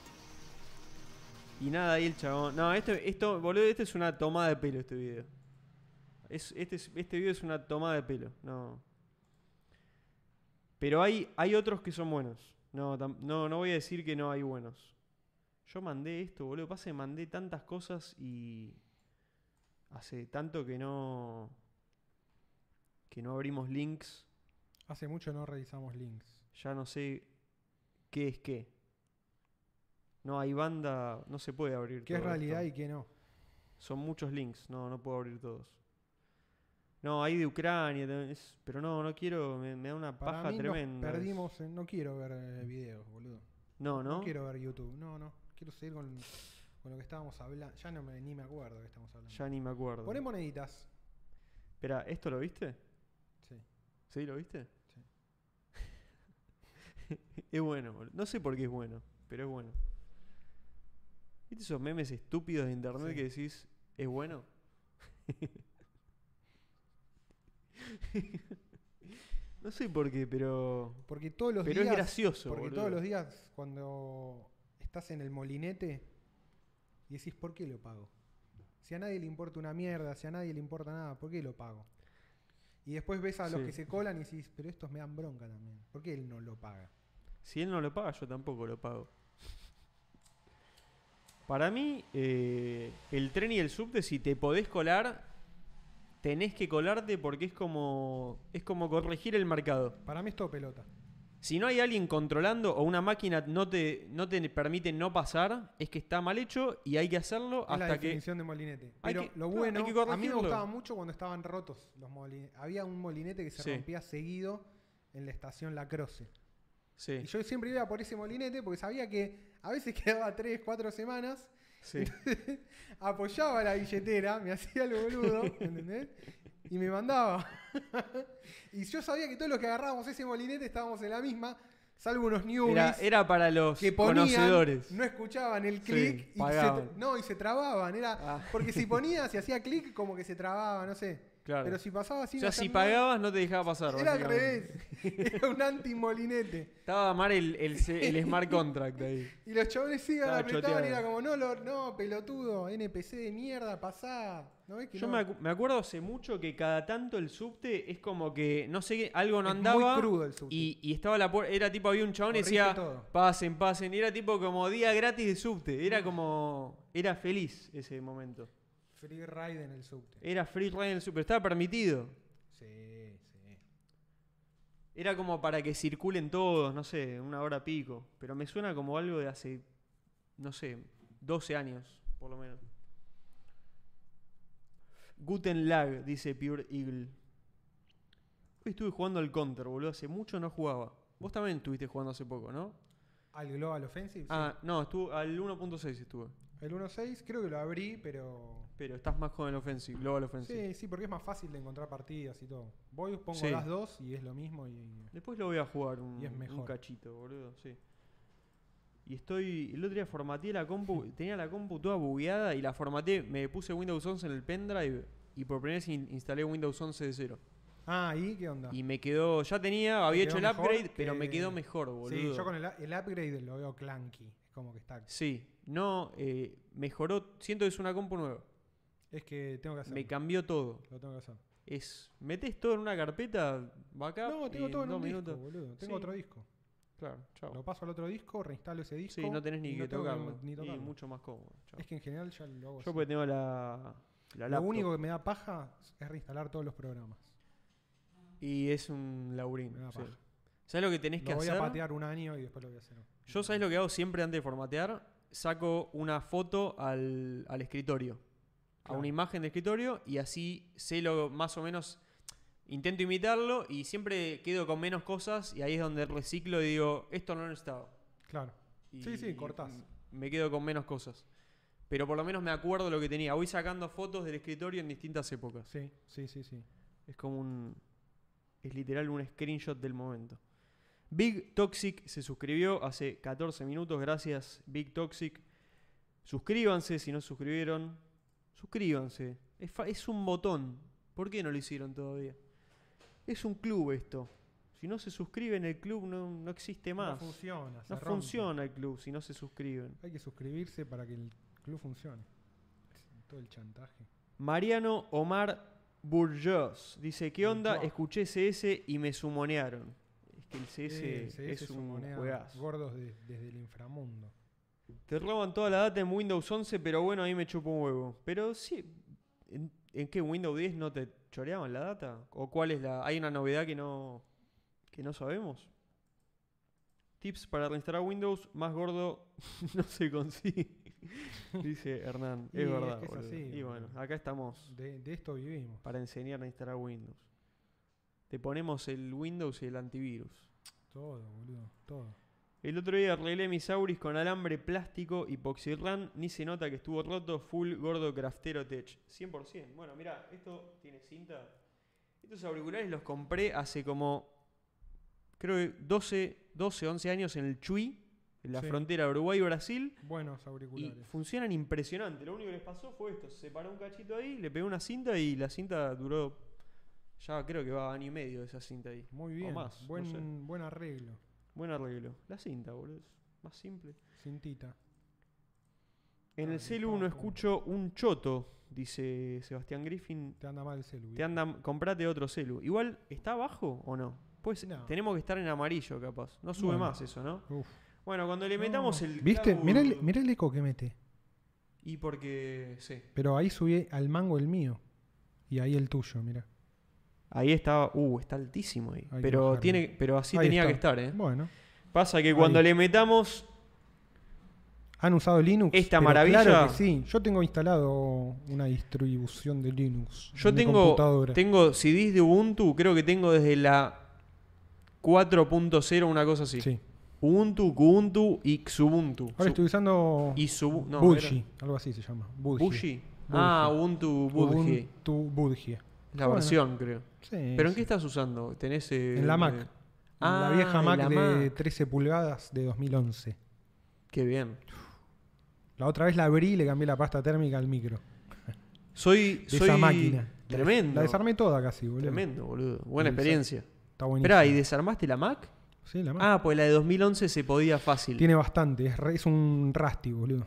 S2: Y nada, ahí el chabón. No, esto, esto, boludo, esto es una tomada de pelo, este video. Es, este, es- este video es una tomada de pelo. No. Pero hay, hay otros que son buenos. No, tam- no, no voy a decir que no hay buenos. Yo mandé esto, boludo. Pasa que mandé tantas cosas y. Hace tanto que no. Que no abrimos links.
S1: Hace mucho no revisamos links.
S2: Ya no sé qué es qué. No hay banda. No se puede abrir
S1: ¿Qué es
S2: todo esto.
S1: realidad y qué no?
S2: Son muchos links, no, no puedo abrir todos. No, hay de Ucrania, de- es- pero no, no quiero, me, me da una
S1: Para
S2: paja
S1: mí nos
S2: tremenda. es-
S1: perdimos, en- no quiero ver eh, videos, boludo.
S2: No, no.
S1: No quiero ver YouTube. No, no. Quiero seguir con, con lo que estábamos hablando. Ya no me, ni me acuerdo de qué estamos hablando.
S2: Ya ni me acuerdo.
S1: Poné moneditas.
S2: Espera, ¿esto lo viste?
S1: Sí.
S2: ¿Sí lo viste?
S1: Sí.
S2: es bueno, boludo. No sé por qué es bueno, pero es bueno. ¿Viste esos memes estúpidos de internet
S1: Sí.
S2: que decís, es bueno? no sé por qué, pero.
S1: Porque todos los
S2: Pero es
S1: días.
S2: gracioso,
S1: Porque
S2: boludo.
S1: todos los días, cuando estás en el molinete y decís, ¿por qué lo pago? Si a nadie le importa una mierda, si a nadie le importa nada, ¿por qué lo pago? Y después ves a los
S2: Sí.
S1: que se colan y decís, pero estos me dan bronca también. ¿Por qué él no lo paga?
S2: Si él no lo paga, yo tampoco lo pago. Para mí, eh, el tren y el subte, si te podés colar, tenés que colarte porque es como, es como corregir el mercado.
S1: Para mí es todo pelota.
S2: Si no hay alguien controlando o una máquina no te, no te permite no pasar, es que está mal hecho y hay que hacerlo
S1: es la
S2: hasta que...
S1: definición de molinete.
S2: Hay
S1: Pero
S2: que-
S1: lo
S2: no,
S1: bueno,
S2: hay
S1: a mí
S2: que
S1: me
S2: corregirlo.
S1: gustaba mucho cuando estaban rotos los molinetes. Había un molinete que se
S2: Sí.
S1: rompía seguido en la estación La Croce.
S2: Sí,
S1: Y yo siempre iba por ese molinete porque sabía que a veces quedaba 3, 4 semanas
S2: sí.
S1: apoyaba la billetera, me hacía el boludo, ¿entendés? Y me mandaba. y yo sabía que todos los que agarrábamos ese molinete estábamos en la misma, salvo unos newbies
S2: Era, era para los
S1: que ponían,
S2: conocedores.
S1: no escuchaban el
S2: Sí,
S1: clic y se
S2: pagaban.
S1: tra- no, y se trababan, era
S2: Ah.
S1: porque si ponía, si hacía clic como que se trababa, no sé.
S2: Claro.
S1: Pero si pasaba así
S2: o sea, si pagabas no te dejaba pasar.
S1: era al
S2: básicamente.
S1: revés. Era un anti-molinete.
S2: Estaba mal el, el se- el smart contract ahí.
S1: Y los chabones sigan
S2: Estaba
S1: apretaban y
S2: choteado.
S1: era como, no, lo- no, pelotudo, NPC de mierda, pasá. ¿No ves que
S2: Yo
S1: no?
S2: me, acu- me acuerdo hace mucho que cada tanto el subte es como que, no sé, qué, algo no
S1: Es
S2: andaba.
S1: muy crudo el subte.
S2: Y, y estaba la puerta, era tipo, había un chabón y
S1: Corrige
S2: decía,
S1: todo.
S2: pasen, pasen. Y era tipo como día gratis de subte. Era como, era feliz ese momento.
S1: Free ride en el subte.
S2: Era free ride en el subte, estaba permitido.
S1: Sí, sí.
S2: Era como para que circulen todos, no sé, una hora pico. Pero me suena como algo de hace, no sé, 12 años, por lo menos. Guten Lag, dice Pure Eagle. Hoy estuve jugando al Counter, boludo. Hace mucho no jugaba. Vos también estuviste jugando hace poco, ¿no?
S1: ¿Al Global Offensive? sí.
S2: Ah, no, estuvo, al 1.6 estuve.
S1: El 1.6 creo que lo abrí, pero...
S2: Pero estás más con el Offensive, Global Offensive.
S1: Sí, sí, porque es más fácil de encontrar partidas y todo. Voy, pongo
S2: Sí.
S1: las dos y es lo mismo y... y-
S2: Después lo voy a jugar un,
S1: Y es
S2: un
S1: mejor.
S2: cachito, boludo, sí. Y estoy. El otro día formateé la compu. Tenía la compu toda bugueada y la formateé. Me puse Windows 11 en el pendrive y por primera vez in- instalé Windows 11 de cero.
S1: Ah, ¿y qué onda?
S2: Y me quedó. Ya tenía, había
S1: quedó
S2: hecho el
S1: mejor
S2: upgrade,
S1: que-
S2: pero me quedó mejor, boludo.
S1: sí, yo con el, a- el upgrade lo veo clunky. Es como que está...
S2: Sí, no, eh, mejoró. Siento que es una compu nueva.
S1: Es que tengo que hacer...
S2: Me cambió todo.
S1: Lo tengo que hacer.
S2: Es. Metes todo en una carpeta, backup.
S1: No, tengo
S2: y
S1: todo en
S2: dos
S1: un
S2: minutos.
S1: disco, boludo. Tengo
S2: Sí.
S1: otro disco.
S2: Claro, chao.
S1: Lo paso al otro disco, reinstalo ese disco.
S2: sí, no tenés ni
S1: y
S2: que
S1: no tengo
S2: tocarlo.
S1: ni
S2: y
S1: tocarlo.
S2: mucho más cómodo. chao.
S1: Es que en general ya lo hago
S2: Yo
S1: así.
S2: porque tengo la, la
S1: Lo
S2: laptop.
S1: único que me da paja es reinstalar todos los programas.
S2: Y es un laurín.
S1: Me da
S2: sí.
S1: paja.
S2: ¿Sabes lo que tenés
S1: Lo
S2: que
S1: voy a
S2: hacer?
S1: patear un año y después lo voy a hacer.
S2: Yo sabes lo que hago siempre antes de formatear. Saco una foto al, al escritorio. A
S1: Claro.
S2: una imagen de escritorio. Y así sé lo más o menos. Intento imitarlo y siempre quedo con menos cosas. Y ahí es donde reciclo y digo, esto no lo he necesitado.
S1: Claro.
S2: Y-
S1: Sí, sí, cortás.
S2: Me quedo con menos cosas. Pero por lo menos me acuerdo lo que tenía. Voy sacando fotos del escritorio en distintas épocas.
S1: Sí, sí, sí, sí.
S2: Es como un. Es literal un screenshot del momento. Big Toxic se suscribió hace 14 minutos. Gracias, Big Toxic. Suscríbanse si no se suscribieron. Suscríbanse. Es, fa- es un botón. ¿Por qué no lo hicieron todavía? Es un club esto. Si no se suscriben, el club no, no existe más.
S1: No funciona. se
S2: No
S1: rompe.
S2: funciona el club si no se suscriben.
S1: Hay que suscribirse para que el club funcione. Todo el chantaje.
S2: Mariano Omar Burgos dice: ¿Qué onda?
S1: Bourgeois.
S2: Escuché CS y me sumonearon. Es que el CS,
S1: Sí, sí,
S2: es
S1: se
S2: un
S1: sumonea
S2: juegazo.
S1: Gordos de- desde el inframundo.
S2: Te roban toda la data en Windows 11, pero bueno, ahí me chupo un huevo. Pero sí, ¿en, en qué Windows 10 no te choreaban la data? ¿O cuál es la.? ¿Hay una novedad que no, que no sabemos? Tips para reinstalar Windows más gordo no se consigue, dice Hernán.
S1: Y
S2: Es
S1: es
S2: verdad.
S1: que es
S2: boludo.
S1: así,
S2: y
S1: boludo.
S2: bueno, acá estamos.
S1: De, de esto vivimos.
S2: para enseñar a instalar Windows. Te ponemos el Windows y el antivirus.
S1: Todo, boludo. Todo.
S2: El otro día arreglé mis auris con alambre plástico y poxirran, ni se nota que estuvo roto, full gordo craftero tech. 100%. Bueno, mira, esto tiene cinta. Estos auriculares los compré hace como, creo que 12, 12 11 años en el Chuy, en la
S1: Sí.
S2: frontera Uruguay-Brasil.
S1: Buenos
S2: Y
S1: auriculares.
S2: funcionan impresionante. Lo único que les pasó fue esto: se paró un cachito ahí, le pegó una cinta y la cinta duró. Ya creo que va año y medio esa cinta ahí.
S1: Muy bien.
S2: más, no
S1: buen,
S2: sé.
S1: buen arreglo.
S2: Buen arreglo. La cinta, boludo. es Más simple.
S1: Cintita.
S2: En
S1: Ah,
S2: el
S1: sí,
S2: celu
S1: pum,
S2: no
S1: pum.
S2: escucho un choto, dice Sebastián Griffin.
S1: Te anda mal el celu.
S2: Te
S1: ¿viste?
S2: andan, comprate otro celu. Igual, ¿está abajo o no? Pues
S1: No.
S2: tenemos que estar en amarillo, capaz. No sube
S1: Bueno.
S2: más eso, ¿no?
S1: Uf.
S2: Bueno, cuando le
S1: No,
S2: metamos el.
S1: ¿Viste?
S2: cable,
S1: Mirá el,
S2: boludo.
S1: mirá el eco que mete.
S2: Y porque. Sí.
S1: Pero ahí subí al mango el mío. Y ahí el tuyo, mira.
S2: Ahí estaba, uh, está altísimo ahí.
S1: Hay que
S2: Pero,
S1: bajarlo.
S2: tiene, pero así
S1: Ahí
S2: tenía
S1: está.
S2: que estar, ¿eh?
S1: Bueno.
S2: Pasa que
S1: Ahí.
S2: cuando le metamos,
S1: ¿Han usado Linux?
S2: Esta
S1: Pero
S2: maravilla-
S1: Claro que sí. Yo tengo instalado una distribución de Linux.
S2: yo
S1: en mi
S2: tengo,
S1: computadora.
S2: tengo CDs de Ubuntu, creo que tengo desde la 4.0, una cosa así.
S1: Sí.
S2: Ubuntu, Kubuntu y Xubuntu.
S1: Ahora
S2: Su-
S1: estoy usando
S2: Y Subu- no,
S1: Budgie. Algo así se llama.
S2: era-
S1: Budgie.
S2: Budgie. Ah,
S1: Budgie.
S2: Ubuntu Budgie.
S1: Ubuntu Budgie.
S2: La
S1: Bueno.
S2: versión, creo.
S1: Sí,
S2: ¿Pero en
S1: sí.
S2: qué estás usando? ¿Tenés, eh,
S1: En la Mac.
S2: eh,
S1: En
S2: Ah,
S1: la vieja
S2: en
S1: Mac
S2: la
S1: de
S2: Mac.
S1: 13 pulgadas de 2011.
S2: Qué bien.
S1: La otra vez la abrí y le cambié la pasta térmica al micro.
S2: Soy,
S1: De
S2: soy
S1: esa máquina. La-
S2: Tremendo.
S1: La desarmé toda casi, boludo.
S2: Tremendo, boludo. Buena
S1: Desa-
S2: experiencia.
S1: Está buenísimo.
S2: Esperá, ¿y desarmaste la Mac?
S1: Sí, la Mac.
S2: Ah, pues la de 2011 se podía fácil.
S1: Tiene bastante, es, re- es un Rusty, boludo.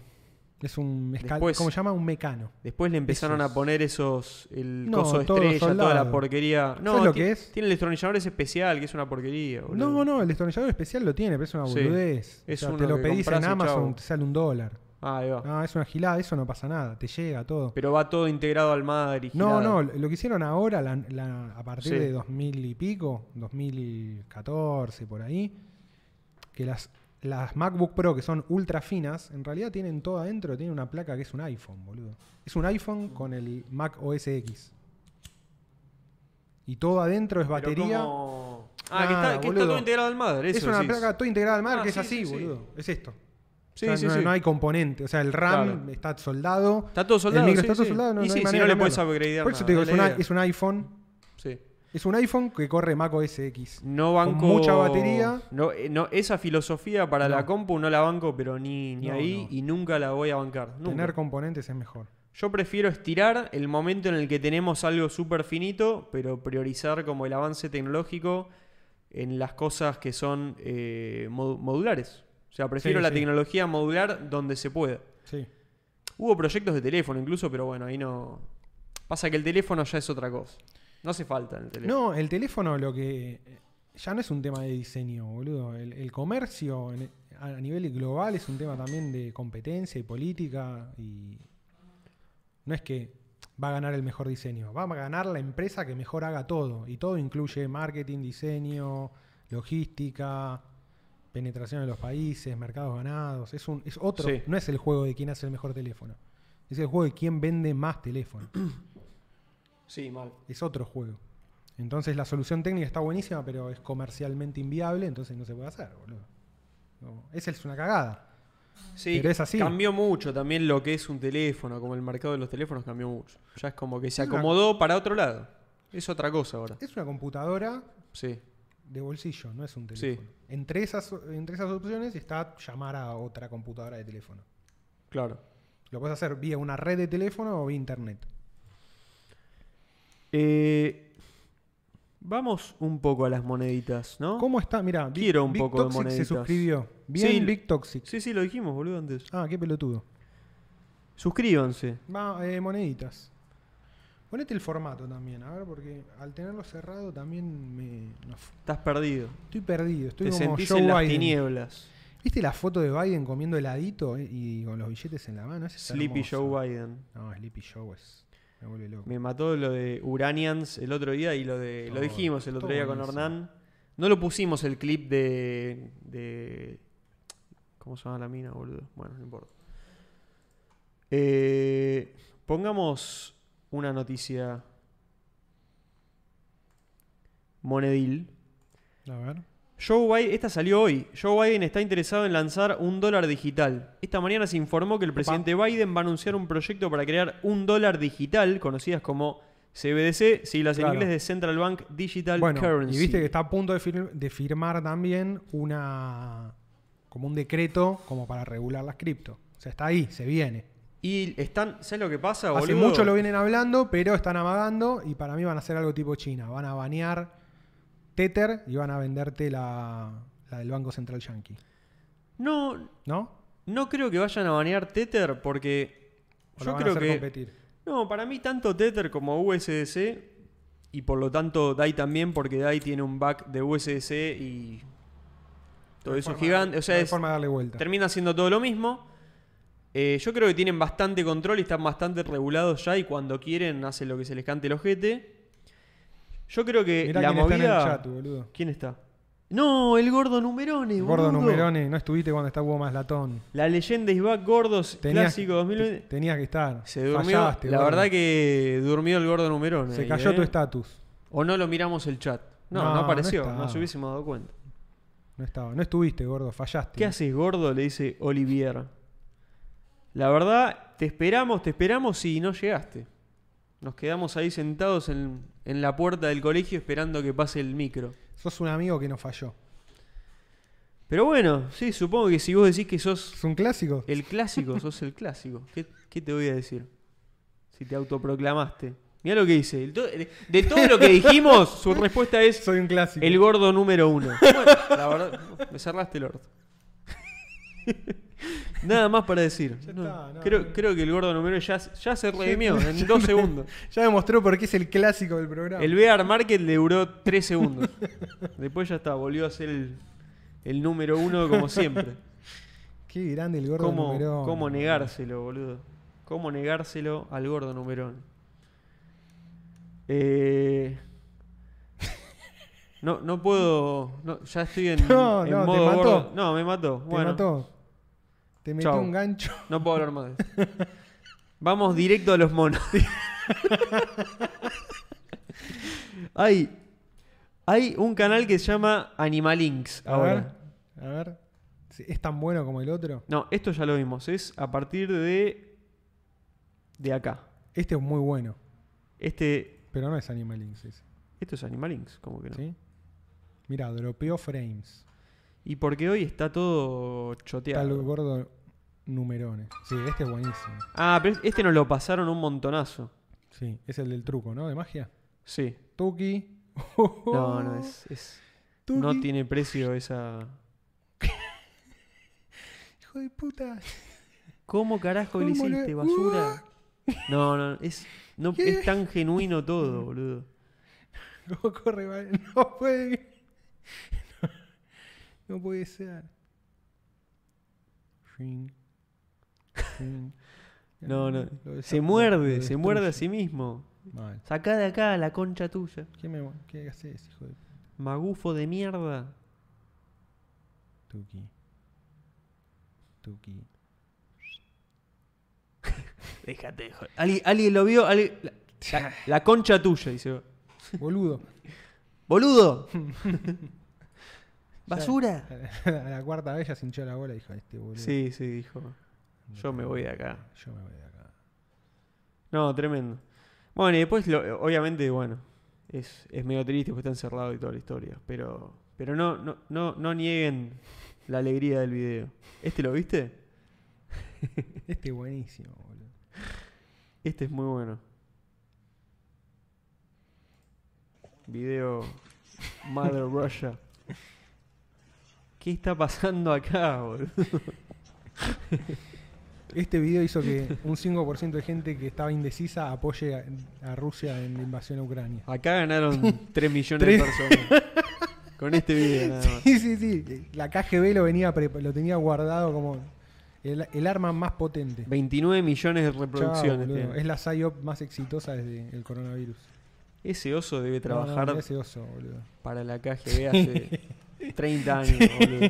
S1: Es un escal-
S2: Después-
S1: ¿cómo se llama? Un mecano.
S2: Después le empezaron
S1: Esos.
S2: a poner esos. El
S1: No,
S2: coso de
S1: todos
S2: estrella, toda la
S1: soldados.
S2: porquería. No,
S1: ¿Sabes lo
S2: ti-
S1: que es?
S2: Tiene el destornillador ese especial, que es una porquería, boludo.
S1: No, no, el destornillador especial lo tiene, pero es una
S2: Sí.
S1: boludez. O
S2: Es
S1: sea,
S2: uno
S1: te lo
S2: que
S1: pedís
S2: compras
S1: en
S2: y chau.
S1: Amazon, te sale un dólar.
S2: Ah, ahí va.
S1: No, es una gilada, eso no pasa nada, te llega todo.
S2: Pero va todo integrado al Madrid.
S1: No, no, lo que hicieron ahora, la- la- a partir
S2: Sí.
S1: de 2000 y pico, 2014 por ahí, que las, las MacBook Pro que son ultra finas, en realidad tienen todo adentro, tienen una placa que es un iPhone, boludo. Es un iPhone con el Mac OS X. Y todo adentro es batería.
S2: Ah, que,
S1: Nada,
S2: está, que está
S1: boludo.
S2: todo integrado al madre.
S1: Es
S2: Eso
S1: una
S2: decís.
S1: placa toda integrada al mar
S2: Ah,
S1: que es
S2: sí,
S1: así,
S2: sí, sí.
S1: boludo. Es esto.
S2: Sí,
S1: O sea,
S2: sí,
S1: no,
S2: sí.
S1: no hay componente. O sea, el RAM
S2: Claro.
S1: está soldado.
S2: Está todo soldado.
S1: el micro
S2: sí,
S1: está todo
S2: sí.
S1: soldado. No,
S2: y
S1: no
S2: sí,
S1: hay
S2: si
S1: manera
S2: no
S1: de
S2: le puedes
S1: cambiarlo.
S2: upgradear.
S1: Por eso
S2: nada,
S1: te digo,
S2: es
S1: es,
S2: la
S1: una-
S2: idea.
S1: es un iPhone.
S2: Sí.
S1: Es un iPhone que corre Mac OS X.
S2: No banco.
S1: mucha batería.
S2: No, eh, no, esa filosofía para la
S1: No.
S2: compu no la banco, pero ni, ni
S1: No,
S2: ahí
S1: no.
S2: y nunca la voy a bancar. Nunca.
S1: Tener componentes es mejor.
S2: Yo prefiero estirar el momento en el que tenemos algo súper finito, pero priorizar como el avance tecnológico en las cosas que son eh, mod- modulares. O sea, prefiero
S1: Sí,
S2: la
S1: sí.
S2: tecnología modular donde se pueda.
S1: Sí.
S2: Hubo proyectos de teléfono incluso, pero bueno, ahí no... Pasa que el teléfono ya es otra cosa. No hace falta en el teléfono.
S1: No, el teléfono lo que. eh, Ya no es un tema de diseño, boludo. El, el comercio en- a a nivel global es un tema también de competencia y política. Y no es que va a ganar el mejor diseño. Va a ganar la empresa que mejor haga todo. Y todo incluye marketing, diseño, logística, penetración en los países, mercados ganados. Es, un, es otro.
S2: Sí.
S1: No es el juego de quién hace el mejor teléfono. Es el juego de quién vende más teléfono
S2: Sí, mal.
S1: es otro juego. Entonces la solución técnica está buenísima, pero es comercialmente inviable, entonces no se puede hacer, boludo. No, esa es una cagada.
S2: Sí,
S1: Pero es así.
S2: cambió mucho también lo que es un teléfono, como el mercado de los teléfonos cambió mucho. Ya es como que se
S1: Es una-
S2: acomodó para otro lado. Es otra cosa ahora.
S1: Es una computadora
S2: Sí.
S1: de bolsillo, no es un teléfono. Entre, esas, entre esas opciones está llamar a otra computadora de teléfono.
S2: Claro.
S1: Lo puedes hacer vía una red de teléfono o vía internet.
S2: Eh, vamos un poco a las moneditas, ¿no?
S1: ¿Cómo está? Mira, Big,
S2: Quiero un
S1: Big
S2: poco de
S1: Toxic se
S2: moneditas.
S1: suscribió. Bien,
S2: Sí.
S1: Big Toxic.
S2: Sí, sí, lo dijimos, boludo, antes.
S1: Ah, qué pelotudo.
S2: Suscríbanse.
S1: Va, eh, moneditas. Ponete el formato también, a ver, porque al tenerlo cerrado también me, nos
S2: Estás perdido.
S1: Estoy perdido, estoy
S2: Te
S1: como
S2: sentís
S1: Joe
S2: en las
S1: Biden.
S2: tinieblas.
S1: ¿Viste la foto de Biden comiendo heladito eh, y con los billetes en la mano? Esa está
S2: Sleepy
S1: hermosa.
S2: Joe Biden.
S1: No, Sleepy Joe es. Me vuelve loco.
S2: Me mató lo de Uranians el otro día y lo de lo
S1: Todo,
S2: dijimos el otro
S1: todo
S2: día con
S1: buenísimo.
S2: Hernán. No lo pusimos el clip de, de- ¿Cómo se llama la mina, boludo? Bueno, no importa. Eh, pongamos una noticia. Monedil.
S1: A ver.
S2: Joe Biden, esta salió hoy. Joe Biden está interesado en lanzar un dólar digital. Esta mañana se informó que el presidente Biden va a anunciar un proyecto para crear un dólar digital, conocidas como CBDC, siglas en
S1: Claro.
S2: inglés de Central Bank Digital
S1: Bueno,
S2: Currency.
S1: y viste que está a punto de, fir- de firmar también una. como un decreto como para regular las cripto. O sea, está ahí, se viene.
S2: Y están, ¿sabes lo que pasa, Ah, boludo?
S1: Hace mucho lo vienen hablando, pero están amagando y para mí van a hacer algo tipo China. Van a banear Tether y van a venderte la, la del Banco Central Yankee.
S2: No,
S1: ¿No?
S2: no creo que vayan a banear Tether porque
S1: ¿O lo
S2: yo
S1: van a
S2: creo
S1: hacer
S2: que
S1: competir?
S2: No, para mí tanto Tether como USDC y por lo tanto DAI también porque DAI tiene un back de USDC y
S1: No
S2: todo
S1: hay
S2: eso
S1: forma de-
S2: gigante, o sea,
S1: no hay
S2: es-
S1: forma de darle vuelta.
S2: termina siendo todo lo mismo. Eh, yo creo que tienen bastante control y están bastante regulados ya y cuando quieren hacen lo que se les cante el ojete. Yo creo que
S1: Mirá
S2: la
S1: quién está
S2: movida
S1: en el chat, boludo.
S2: ¿Quién está? No, el gordo Numerone,
S1: Gordo
S2: boludo.
S1: Numerone, no estuviste cuando estaba Hugo Maslatón.
S2: La leyenda is back, gordos,
S1: Tenías,
S2: clásico 2020.
S1: te- tenías que estar.
S2: Se durmió.
S1: Fallaste,
S2: la
S1: gordo.
S2: verdad que durmió el gordo numerón.
S1: Se
S2: ahí,
S1: cayó
S2: ¿eh?
S1: tu estatus.
S2: O no lo miramos el chat. No, no,
S1: No, no
S2: apareció.
S1: está.
S2: nos hubiésemos dado cuenta.
S1: No estaba. No estuviste, gordo. Fallaste.
S2: ¿Qué haces, gordo? Le dice Olivier. La verdad, te esperamos, te esperamos y no llegaste. Nos quedamos ahí sentados en, en la puerta del colegio esperando que pase el micro.
S1: Sos un amigo que nos falló.
S2: Pero bueno, sí, supongo que si vos decís que sos
S1: ¿Es un clásico?
S2: El clásico, sos el clásico. ¿Qué, qué te voy a decir? Si te autoproclamaste. Mira lo que dice. El to- De de todo lo que dijimos, su respuesta es
S1: Soy un clásico.
S2: el gordo número uno. Bueno, la verdad, me cerraste el orto. Nada más para decir.
S1: Ya
S2: No,
S1: está, no,
S2: creo,
S1: no.
S2: creo que el gordo número uno ya, ya se redimió en dos segundos.
S1: Ya demostró por qué es el clásico del programa.
S2: El Bear Market le duró tres segundos. Después ya está, volvió a ser el, el número uno como siempre.
S1: Qué grande el gordo
S2: ¿Cómo,
S1: Numerone.
S2: cómo negárselo, boludo? ¿Cómo negárselo al gordo numerón? Eh, no, no puedo. no, ya estoy en,
S1: No,
S2: en
S1: no, te
S2: modo
S1: mató.
S2: gordo. No, me mató.
S1: Te
S2: bueno,
S1: mató. Te metió
S2: Chau.
S1: un gancho.
S2: no puedo hablar más de esto. Vamos directo a los monos. Ay, Hay un canal que se llama Animalinks
S1: A
S2: ahora.
S1: ver, a ver. Si ¿Es tan bueno como el otro?
S2: No, esto ya lo vimos. Es a partir de. de acá.
S1: Este es muy bueno,
S2: Este.
S1: pero no es Animal Links ese,
S2: Esto es Animalinks, como que no.
S1: ¿sí? Mira, dropeó frames.
S2: Y porque hoy está todo
S1: Está el
S2: choteado.
S1: gordo numerones. Sí, este es buenísimo.
S2: Ah, pero este nos lo pasaron un montonazo.
S1: Sí, es el del truco, ¿no? De magia.
S2: Sí.
S1: Tuki. Oh,
S2: No, no, es. es-
S1: Tuki.
S2: no tiene precio esa.
S1: Hijo de puta.
S2: ¿Cómo carajo le
S1: ¿Cómo le-
S2: hiciste, basura? No, no, es. No, es tan genuino todo, boludo.
S1: No corre, vale. No puede. No, no puede ser. Ring. Ring.
S2: No, no.
S1: Lo desaf-
S2: Se
S1: lo
S2: muerde, se
S1: destruye.
S2: muerde a sí mismo.
S1: Mal.
S2: Sacá de acá la concha tuya.
S1: ¿Qué, me, ¿Qué haces, hijo de
S2: Magufo de mierda.
S1: Tuki? Tuki.
S2: Déjate de joder. Alguien, alguien lo vio, alguien- la, la- la concha tuya, dice.
S1: Boludo.
S2: ¡Boludo! ¿Basura?
S1: A la, a la cuarta vez ya se hinchó la bola, hija de este boludo.
S2: Sí, sí, dijo. Yo me voy de acá.
S1: Yo me voy de acá.
S2: No, tremendo. Bueno, y después, lo- obviamente, bueno, es, es medio triste porque está encerrado y toda la historia. Pero, pero no, no, no, no nieguen la alegría del video. ¿Este lo viste?
S1: Este es buenísimo, boludo.
S2: Este es muy bueno. Video Mother Russia. ¿Qué está pasando acá, boludo?
S1: Este video hizo que un 5% de gente que estaba indecisa apoye a, a Rusia en la invasión a Ucrania.
S2: Acá ganaron 3 millones de personas. Con este video nada más.
S1: Sí, sí, sí. La KGB lo, venía pre- lo tenía guardado como el, el arma más potente.
S2: 29 millones de
S1: Chao,
S2: reproducciones.
S1: boludo.
S2: tiene.
S1: es la PSYOP más exitosa desde el coronavirus.
S2: Ese oso debe
S1: No,
S2: trabajar
S1: no, mirá ese oso, boludo.
S2: para la KGB hace 30 años, boludo.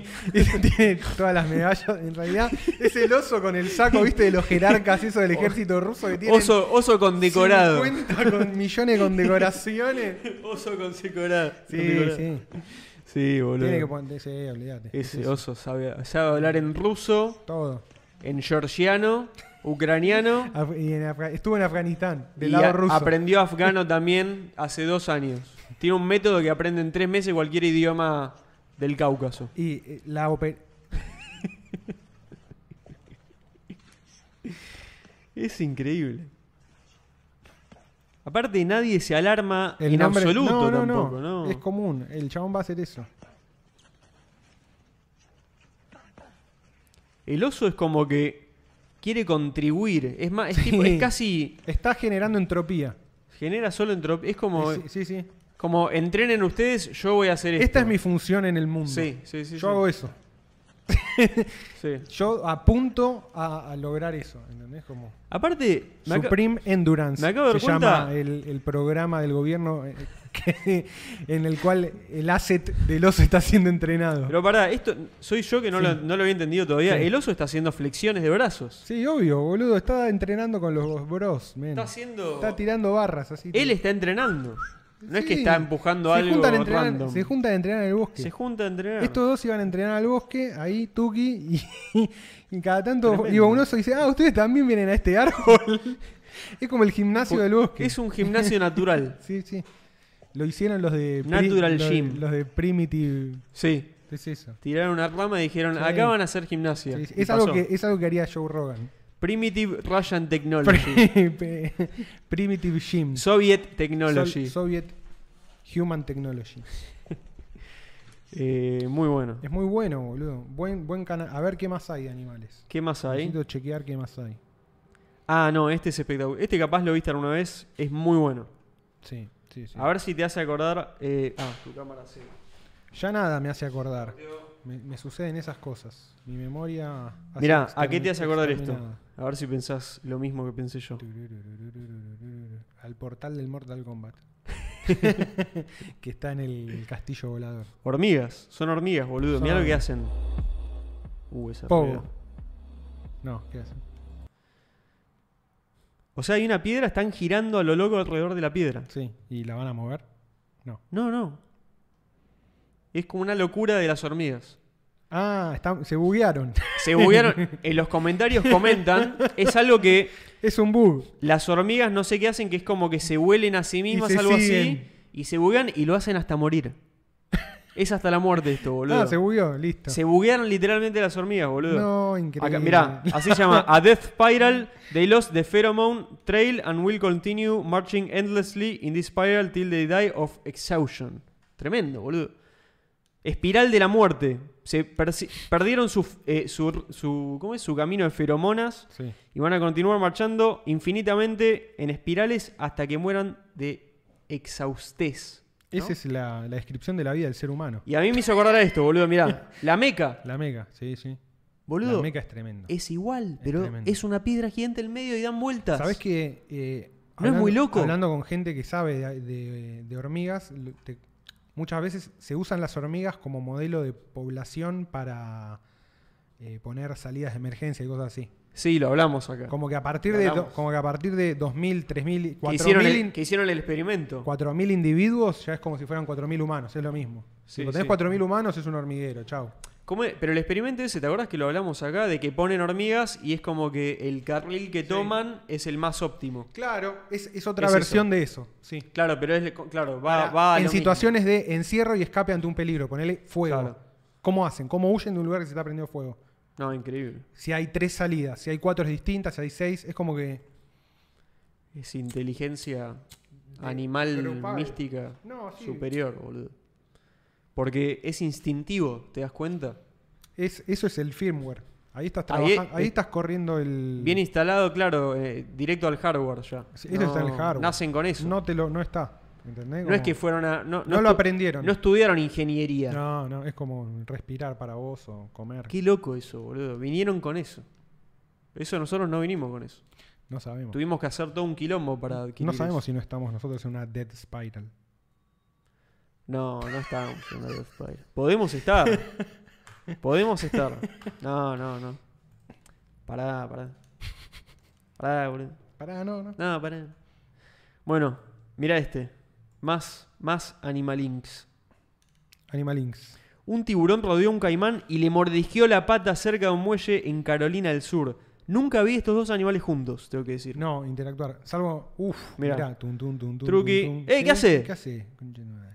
S1: Tiene todas las medallas. En realidad, es el oso con el saco, viste, de los jerarcas, eso del ejército ruso que tiene.
S2: Oso, oso condecorado.
S1: 50 con millones con decoraciones.
S2: Oso condecorado.
S1: Sí,
S2: Condecorado.
S1: sí.
S2: Sí, boludo.
S1: Tiene que poner. Sí, olvídate.
S2: Ese
S1: Es
S2: oso sabe, sabe hablar en ruso,
S1: Todo.
S2: en georgiano, ucraniano
S1: Af- y en Afga- estuvo en Afganistán, del
S2: y
S1: lado
S2: a-
S1: ruso.
S2: aprendió afgano también hace dos años. Tiene un método que aprende en tres meses cualquier idioma del Cáucaso.
S1: Y eh, la oper-
S2: Es increíble. Aparte nadie se alarma
S1: el
S2: en
S1: nombre-
S2: absoluto
S1: no, no, no,
S2: tampoco, ¿no?
S1: Es común. El chabón va a hacer eso.
S2: El oso es como que quiere contribuir, es más, es, tipo-
S1: Sí.
S2: es casi
S1: Está generando entropía.
S2: genera solo entropía, es como
S1: Sí, sí, sí.
S2: como entrenen ustedes, yo voy a hacer esto.
S1: Esta es mi función en el mundo.
S2: Sí, sí, sí.
S1: Yo
S2: sí.
S1: hago eso.
S2: Sí.
S1: Yo apunto a, a lograr eso. ¿Entendés? Como.
S2: Aparte, me aca-
S1: Supreme Endurance
S2: me acabo de
S1: se
S2: dar cuenta-
S1: llama el, el programa del gobierno eh, que- en el cual el asset del oso está siendo entrenado.
S2: pero pará, esto soy yo que no,
S1: Sí.
S2: lo, no lo había entendido todavía.
S1: Sí.
S2: El oso está haciendo flexiones de brazos.
S1: Sí, obvio, boludo. Está entrenando con los bros, men.
S2: Está
S1: Está,
S2: haciendo.
S1: tirando barras así.
S2: Él está entrenando. No es que
S1: Sí.
S2: está empujando
S1: se
S2: algo
S1: juntan a entrenar,
S2: random.
S1: Se juntan a entrenar en el bosque.
S2: Se junta a entrenar.
S1: Estos dos iban a entrenar al bosque, ahí Tuki, y, y cada tanto
S2: Tremendo.
S1: iba un oso y dice, ah, ustedes también vienen a este árbol. es como el gimnasio del bosque.
S2: Es un gimnasio natural.
S1: Sí, sí. Lo hicieron los de... Pri-
S2: Natural
S1: los-
S2: Gym.
S1: Los de Primitive
S2: Sí.
S1: Es eso.
S2: Tiraron una rama y dijeron,
S1: Sí.
S2: acá van a hacer gimnasia.
S1: Sí, sí.
S2: Y
S1: Es, algo
S2: pasó.
S1: que, es algo que haría Joe Rogan.
S2: Primitive Russian Technology.
S1: Primitive Gym.
S2: Soviet Technology.
S1: Sol- Soviet Human Technology.
S2: Eh, muy bueno.
S1: Es muy bueno, boludo. Buen, buen canal. A ver qué más hay de animales.
S2: ¿Qué más hay?
S1: Necesito chequear qué más hay.
S2: Ah, no, este es espectacular. Este capaz lo viste alguna vez. Es muy bueno.
S1: Sí, sí, sí.
S2: A ver si te hace acordar. eh, ah, tu cámara sí.
S1: Ya nada me hace acordar. Me, me suceden esas cosas. Mi memoria. ha sido
S2: Mirá, ¿a
S1: extermi-
S2: qué te hace acordar esto?
S1: exterminada.
S2: A ver si pensás lo mismo que pensé yo.
S1: Al portal del Mortal Kombat. que está en el castillo volador.
S2: Hormigas, son hormigas, boludo. Mirá
S1: Son-
S2: lo que hacen. Uh, esa
S1: Pogo.
S2: hormiga.
S1: No, ¿qué hace?
S2: O sea, hay una piedra, están girando a lo loco alrededor de la piedra.
S1: Sí, ¿y la van a mover? No.
S2: No, no. Es como una locura de las hormigas.
S1: Ah, está- se buguearon.
S2: Se buguearon. en los comentarios comentan. Es algo que
S1: es un bug.
S2: las hormigas no sé qué hacen, que es como que se huelen a sí mismas,
S1: se
S2: algo así.
S1: siguen.
S2: Y se buguean y lo hacen hasta morir. Es hasta la muerte esto, boludo.
S1: Ah, se bugueó, listo.
S2: se buguearon literalmente las hormigas, boludo.
S1: No, increíble.
S2: Acá, mirá, así se llama A Death Spiral. They lost the pheromone trail and will continue marching endlessly in this spiral till they die of exhaustion. Tremendo, boludo. Espiral de la muerte. Se persi- perdieron su, f- eh, su, su- ¿cómo es? su camino de feromonas
S1: Sí.
S2: y van a continuar marchando infinitamente en espirales hasta que mueran de exhaustez. ¿no?
S1: Esa es la, la descripción de la vida del ser humano.
S2: Y a mí me hizo acordar a esto, boludo. Mirá, la meca,
S1: La mega, sí, sí.
S2: boludo.
S1: La meca es tremenda.
S2: Es igual, pero
S1: tremendo.
S2: es una piedra gigante en el medio y dan vueltas.
S1: ¿Sabes que eh,
S2: No es muy loco.
S1: Hablando con gente que sabe de, de- de hormigas, lo- te- muchas veces se usan las hormigas como modelo de población para eh, poner salidas de emergencia y cosas así.
S2: Sí, lo hablamos acá.
S1: Como que a partir
S2: Lo
S1: de do-
S2: hablamos.
S1: como que a partir de 2000, 3000,
S2: Que hicieron,
S1: 4000
S2: el,
S1: in-
S2: que hicieron el experimento.
S1: 4000 individuos ya es como si fueran 4000 humanos, es lo mismo.
S2: Sí,
S1: si tenés
S2: sí.
S1: 4000 humanos es un hormiguero, chau.
S2: ¿Cómo es? Pero el experimento ese, ¿te acuerdas que lo hablamos acá? De que ponen hormigas y es como que el carril que toman es el más óptimo.
S1: Claro, es, es otra
S2: Es
S1: versión de eso, sí.
S2: Claro, pero es claro, va,
S1: Para-
S2: va a
S1: en
S2: lo mismo.
S1: situaciones de encierro y escape ante un peligro, ponele fuego.
S2: Claro.
S1: ¿Cómo hacen? ¿Cómo huyen de un lugar que se está prendiendo fuego?
S2: No, increíble.
S1: Si hay tres salidas, si hay cuatro distintas, si hay seis, es como que.
S2: Es inteligencia animal
S1: grupal.
S2: mística
S1: No, sí.
S2: superior, boludo. Porque es instintivo, ¿te das cuenta?
S1: Es, eso es el firmware. Ahí estás
S2: Ahí-
S1: trabajando, ahí, estás corriendo el.
S2: Bien instalado, claro, eh, directo al hardware ya.
S1: Sí, eso está en el hardware.
S2: Nacen con eso.
S1: No te lo, no está. ¿Entendés?
S2: No es
S1: Como-
S2: que fueron a. No,
S1: No lo
S2: estu-
S1: aprendieron.
S2: No estudiaron ingeniería.
S1: No, no, es como respirar para vos o comer.
S2: Qué loco eso, boludo. Vinieron con eso. Eso nosotros no vinimos con eso.
S1: No sabemos.
S2: Tuvimos que hacer todo un quilombo para adquirir.
S1: No sabemos
S2: eso.
S1: si no estamos nosotros en una dead spiral.
S2: No, no estábamos en una Death Spiral. Podemos estar. Podemos estar. No, no, no. Pará, pará. Pará, boludo.
S1: Pará, no, no.
S2: No, pará. Bueno, mira este. Más, más Animalinks.
S1: Animalinks.
S2: Un tiburón rodeó a un caimán y le mordisqueó la pata cerca de un muelle en Carolina del Sur. Nunca vi estos dos animales juntos, tengo que decir.
S1: No, interactuar. Salvo. Uf,
S2: Mirá.
S1: mirá. tum, tum, tum, tum,
S2: Truqui.
S1: tum, tum.
S2: Ey, ¿qué hace?
S1: ¿Qué hace? Concha de madre.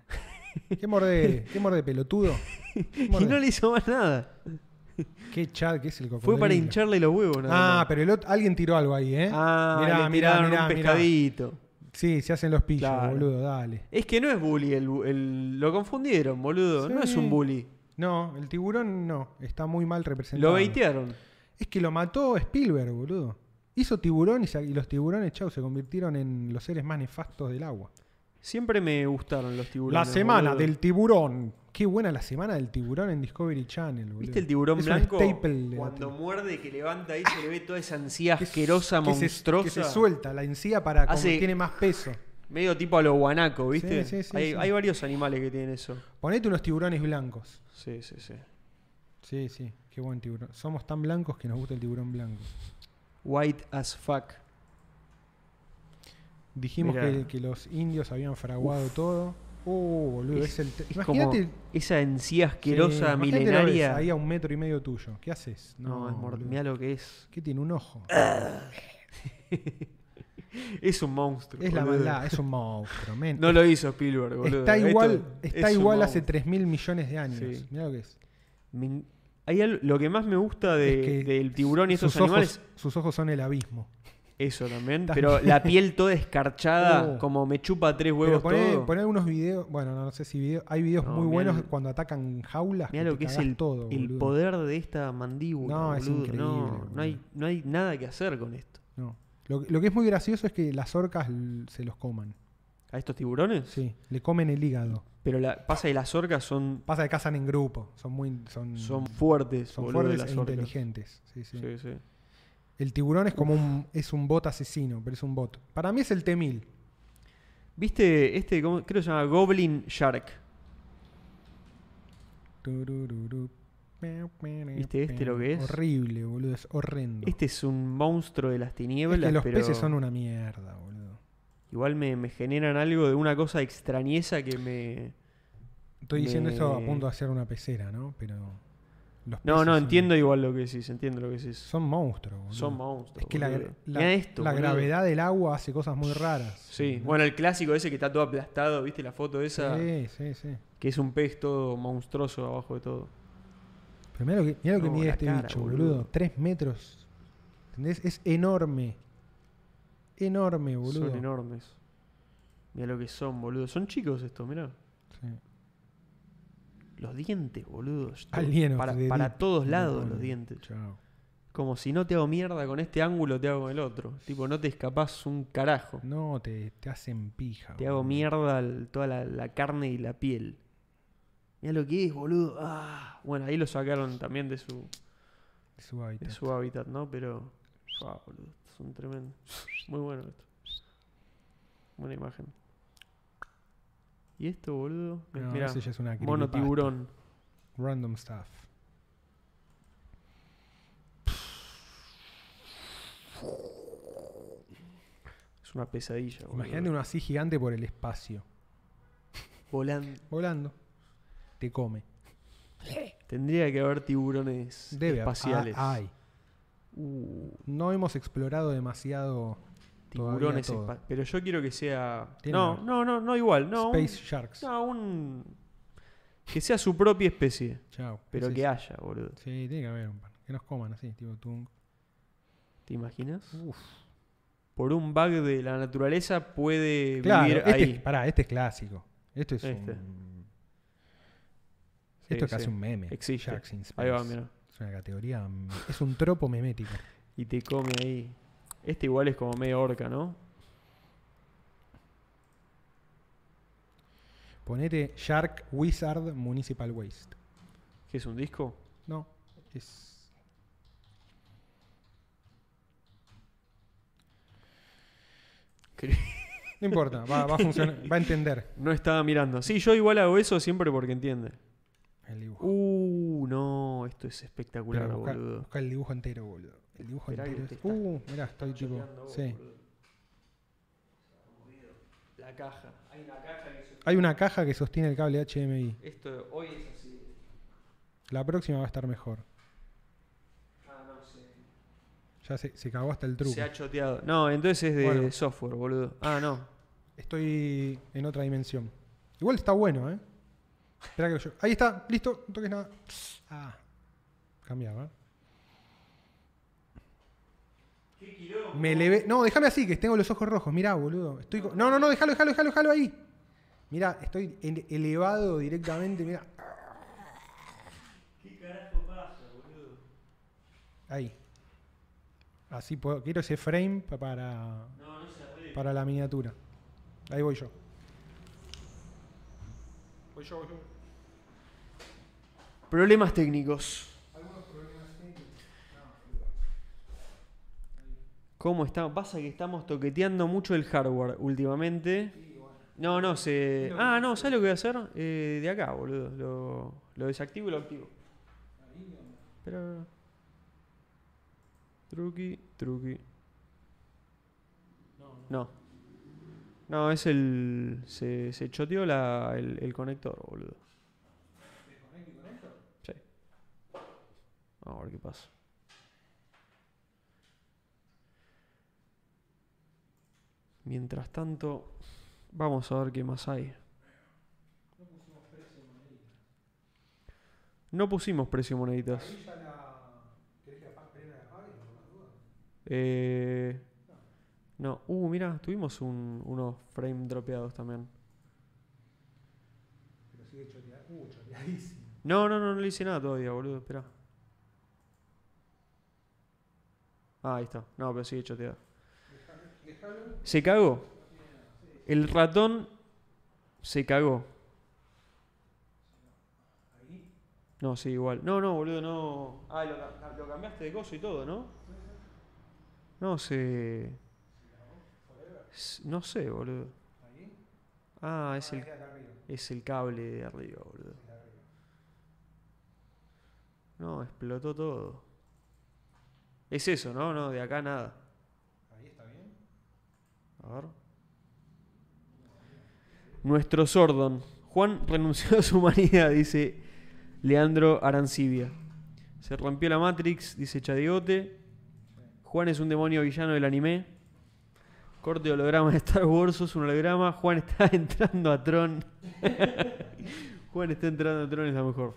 S1: ¿Qué morde? ¿Qué morde pelotudo? ¿Qué,
S2: y
S1: morde?
S2: no le hizo más nada.
S1: ¿Qué chat? ¿Qué es el cocodrilo?
S2: Fue para hincharle los huevos, nada
S1: Ah,
S2: más.
S1: pero el otro, alguien tiró algo ahí, ¿eh?
S2: Ah,
S1: Mirá, mirá,
S2: le tiraron
S1: mirá,
S2: un
S1: mirá.
S2: pescadito.
S1: Sí, se hacen los pillos,
S2: Claro.
S1: boludo, dale.
S2: Es que no es bully, el, bu- el- lo confundieron, boludo. No
S1: Sí.
S2: es un bully.
S1: No, el tiburón no, está muy mal representado.
S2: Lo baitearon.
S1: Es que lo mató Spielberg, boludo. Hizo tiburón y, se- y los tiburones, chau, se convirtieron en los seres más nefastos del agua.
S2: Siempre me gustaron los
S1: La
S2: tiburones.
S1: semana
S2: boludo.
S1: del tiburón. Qué buena la semana del tiburón en Discovery Channel, boludo.
S2: ¿Viste el tiburón
S1: Es un
S2: blanco?
S1: staple de la
S2: Cuando
S1: tele.
S2: muerde, que levanta ahí, se le ve toda esa encía
S1: Que-
S2: asquerosa,
S1: que se-
S2: monstruosa.
S1: Que se, suelta la encía para como
S2: Hace-
S1: tiene más peso.
S2: Medio tipo a lo guanaco, ¿viste?
S1: Sí, sí, sí,
S2: hay,
S1: sí.
S2: hay varios animales que tienen eso.
S1: Ponete unos tiburones blancos.
S2: Sí, sí, sí.
S1: Sí, sí. Qué buen tiburón. Somos tan blancos que nos gusta el tiburón blanco.
S2: White as fuck.
S1: Dijimos
S2: Mirá.
S1: que, que los indios habían fraguado todo. Uh, boludo, es, el. te-
S2: Es como
S1: Imagínate.
S2: esa encía
S1: sí,
S2: asquerosa
S1: imagínate lo ves Ahí
S2: milenaria.
S1: a un metro y medio tuyo. ¿Qué haces?
S2: No, es mor-
S1: boludo.
S2: mirá Ah, lo que es.
S1: ¿Qué tiene un ojo?
S2: Es un monstruo.
S1: es la
S2: boludo.
S1: maldad, es un monstruo, men.
S2: No lo hizo Spielberg, boludo.
S1: Está
S2: Esto
S1: igual,
S2: es
S1: está
S2: un
S1: igual hace
S2: monstruo.
S1: 3 mil millones de años.
S2: Sí.
S1: Mirá lo que es.
S2: Me en- hay al- lo que más me gusta de-
S1: Es que
S2: del tiburón y estos
S1: sus ojos-
S2: animales,
S1: sus ojos son el abismo.
S2: eso también,
S1: También.
S2: pero la piel toda escarchada,
S1: Oh.
S2: como me chupa tres
S1: Pero
S2: huevos
S1: poné,
S2: todo.
S1: poné algunos videos. Bueno, no, no sé si videos. Hay videos
S2: No,
S1: muy
S2: mirá
S1: buenos
S2: el-
S1: cuando atacan jaulas.
S2: Mirá
S1: que
S2: lo
S1: te
S2: que es
S1: cagás
S2: el,
S1: todo,
S2: el
S1: boludo.
S2: poder de esta mandíbula.
S1: No, es
S2: boludo.
S1: increíble,
S2: No, no, hay,
S1: boludo.
S2: no hay nada que hacer con esto.
S1: No. Lo, que- lo que es muy gracioso es que las orcas l- se los coman.
S2: ¿A estos tiburones?
S1: Sí, le comen el hígado.
S2: Pero la, pasa que las orcas son,
S1: Pasa que cazan en grupo. Son muy. Son,
S2: son fuertes.
S1: Mm. son
S2: boludo,
S1: fuertes
S2: las
S1: e
S2: orcas.
S1: inteligentes. Sí, sí.
S2: Sí, sí.
S1: El tiburón es como un. Es un bot asesino, pero es un bot. Para mí es el T-1000.
S2: ¿Viste este, cómo, creo que se llama Goblin Shark?
S1: Turururu.
S2: ¿Viste este lo que es?
S1: Horrible, boludo. Es horrendo.
S2: Este es un monstruo de las
S1: Es
S2: tinieblas,
S1: que los
S2: pero
S1: peces son una mierda, boludo.
S2: igual me, me generan algo de una cosa extrañeza que me,
S1: Estoy diciendo
S2: Me-
S1: esto a punto de hacer una pecera, ¿no? Pero. Los
S2: No,
S1: peces
S2: no,
S1: son-
S2: entiendo igual lo que decís, entiendo lo que decís.
S1: Son monstruos, boludo.
S2: Son monstruos.
S1: Es que la,
S2: boludo.
S1: gra- la-
S2: Mirá esto,
S1: la
S2: boludo.
S1: gravedad del agua hace cosas muy raras.
S2: Sí,
S1: ¿no?
S2: bueno, el clásico ese que está todo aplastado, ¿viste la foto esa?
S1: Sí, sí, sí.
S2: Que es un pez todo monstruoso abajo de todo.
S1: Primero que, mirá lo que
S2: No,
S1: mide
S2: la
S1: este
S2: cara,
S1: bicho,
S2: boludo.
S1: boludo. Tres metros. ¿Entendés? Es enorme. Enorme, boludo.
S2: Son enormes. Mira lo que son, boludo. Son chicos estos, mirá.
S1: Sí.
S2: Los dientes, boludo. Esto-
S1: Alien of
S2: para
S1: the
S2: para
S1: Deep,
S2: todos
S1: le
S2: lados
S1: ponen.
S2: los dientes.
S1: Chao.
S2: Como si no te hago mierda con este ángulo, te hago con el otro. Tipo, no te escapás un carajo.
S1: No, te, te hacen pija.
S2: Te hago
S1: boludo.
S2: mierda el- toda la, la carne y la piel. Mira lo que es, boludo. Ah. Bueno, ahí lo sacaron también de su,
S1: De su hábitat.
S2: de su hábitat, ¿no? Pero. Wow, boludo. Son tremendos. Muy bueno esto. Buena imagen. ¿Y esto, boludo?
S1: No,
S2: Mirá,
S1: ese ya es una
S2: mono
S1: creepypasta.
S2: tiburón.
S1: Random stuff.
S2: Es una pesadilla, boludo.
S1: Imagínate uno así gigante por el espacio.
S2: Volando.
S1: Volando. Te come.
S2: Tendría que haber tiburones
S1: Debe haber.
S2: espaciales.
S1: Ah, hay.
S2: Uh,
S1: No hemos explorado demasiado Todavía
S2: tiburones
S1: todo.
S2: espa- Pero yo quiero que sea.
S1: Tiene
S2: No,
S1: una-
S2: no, no, no igual. No, un-
S1: Space Sharks.
S2: no, un- Que sea su propia especie.
S1: Chao.
S2: Pero
S1: Sí,
S2: que
S1: sí.
S2: haya, boludo.
S1: Sí, tiene que haber un par. Que nos coman así, tipo tung.
S2: ¿Te imaginas?
S1: Uf.
S2: Por un bug de la naturaleza puede
S1: Claro,
S2: vivir
S1: este,
S2: ahí.
S1: es- pará, este es clásico. Esto es
S2: Este.
S1: un-
S2: Sí,
S1: Esto es casi
S2: sí.
S1: un meme.
S2: Existe.
S1: Sharks in
S2: Ahí va,
S1: Space.
S2: mira.
S1: Es una categoría. mm, Es un tropo memético.
S2: Y te come ahí. Este igual es como medio orca, ¿no?
S1: Ponete Shark Wizard Municipal Waste.
S2: Que es un disco.
S1: No, es.
S2: Cre-
S1: No importa, va, va a funcionar, va a entender
S2: No estaba mirando. Sí, yo igual hago eso siempre porque entiende.
S1: el dibujo.
S2: Uh, no, esto es espectacular,
S1: Pero busca,
S2: boludo.
S1: busca el dibujo entero, boludo. El dibujo
S2: Esperá que
S1: entero.
S2: te
S1: es-
S2: estás
S1: Uh, mirá, estoy tipo. Sí.
S2: La caja. Hay una caja que
S1: Hay una caja que sostiene el cable HDMI.
S2: Esto hoy es así.
S1: La próxima va a estar mejor.
S2: Ah, no sé.
S1: Ya se, se cagó hasta el truco.
S2: Se ha choteado. No, entonces es de
S1: Bueno.
S2: software, boludo. Ah, no.
S1: Estoy en otra dimensión. Igual está bueno, ¿eh? Espera que yo. Ahí está, listo, no toques nada. Ah. Cambiaba. Me levé. No, déjame así, que tengo los ojos rojos. Mirá, boludo. Estoy co- No, no, no, déjalo, déjalo, déjalo, déjalo ahí. Mirá, estoy ele- elevado directamente, mirá.
S2: ¿Qué carajo pasa, boludo?
S1: Ahí. Así puedo. Quiero ese frame pa- para,
S2: No, no se
S1: para la miniatura. Ahí voy yo. Voy yo, voy yo.
S2: Problemas técnicos. ¿Cómo está? Pasa que estamos toqueteando mucho el hardware últimamente. No, no, se. Ah, no, ¿sabes lo que voy a hacer? Eh, de acá, boludo. Lo, lo desactivo y lo activo. Espera. Truqui, truqui. No. No, es el. Se, se choteó la, el, el conector, boludo. Sí. Vamos a ver qué pasa. Mientras tanto, vamos a ver qué más hay. No pusimos precio moneditas. Eh, no, uh, mira, tuvimos un- unos frame dropeados también.
S1: Pero sigue choteado. Uh, choteadísimo.
S2: No, no, no, no le hice nada todavía, boludo, espera. Ah, ahí está. No, pero sigue choteado. Se cagó. El ratón se cagó. No, sí, igual. No, no, boludo, no. Ah, lo, ca- lo cambiaste de coso y todo, ¿no? No, se. S- No sé, boludo. Ah, es el, es el cable de arriba, boludo. No, explotó todo. Es eso, ¿no? No, de acá nada.
S1: Ahí está bien.
S2: A ver. Nuestro Sordon, Juan renunció a su humanidad, dice Leandro Arancibia. Se rompió la Matrix, dice Chadiote. Juan es un demonio villano del anime. Corte de holograma de Star Wars, es un holograma. Juan está entrando a Tron. Juan está entrando a Tron, es la mejor.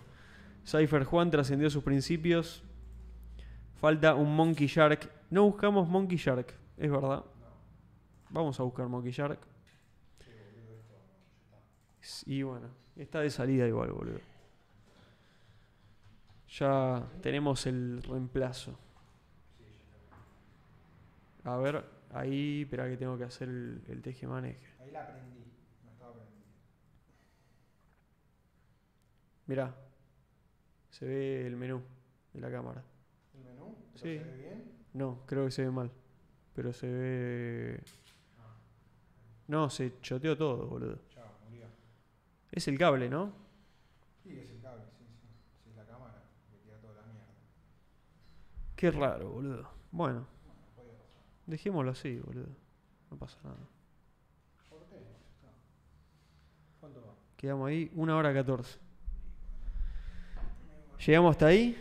S2: Cypher Juan trascendió sus principios. Falta un Monkey Shark. No buscamos Monkey Shark, es verdad. Vamos a buscar Monkey Shark. Y bueno, está de salida igual, boludo. Ya tenemos el reemplazo. A ver, ahí, espera que tengo que hacer el, el teje maneje.
S1: Ahí la aprendí. No estaba aprendido.
S2: Mirá, se ve el menú de la cámara.
S1: ¿El menú? ¿Pero
S2: Sí.
S1: se ve bien?
S2: No, creo que se ve mal. Pero se ve.
S1: Ah.
S2: No, se choteó todo, boludo.
S1: Chao, murió.
S2: Es el cable, ¿no?
S1: Sí, es el cable, sí, sí. Si es la cámara, le tira toda la mierda.
S2: Qué raro, boludo. Bueno, dejémoslo así, boludo. No pasa nada.
S1: Cortemos, ya está. ¿Cuánto va?
S2: Quedamos ahí, una hora 14. ¿Llegamos hasta ahí?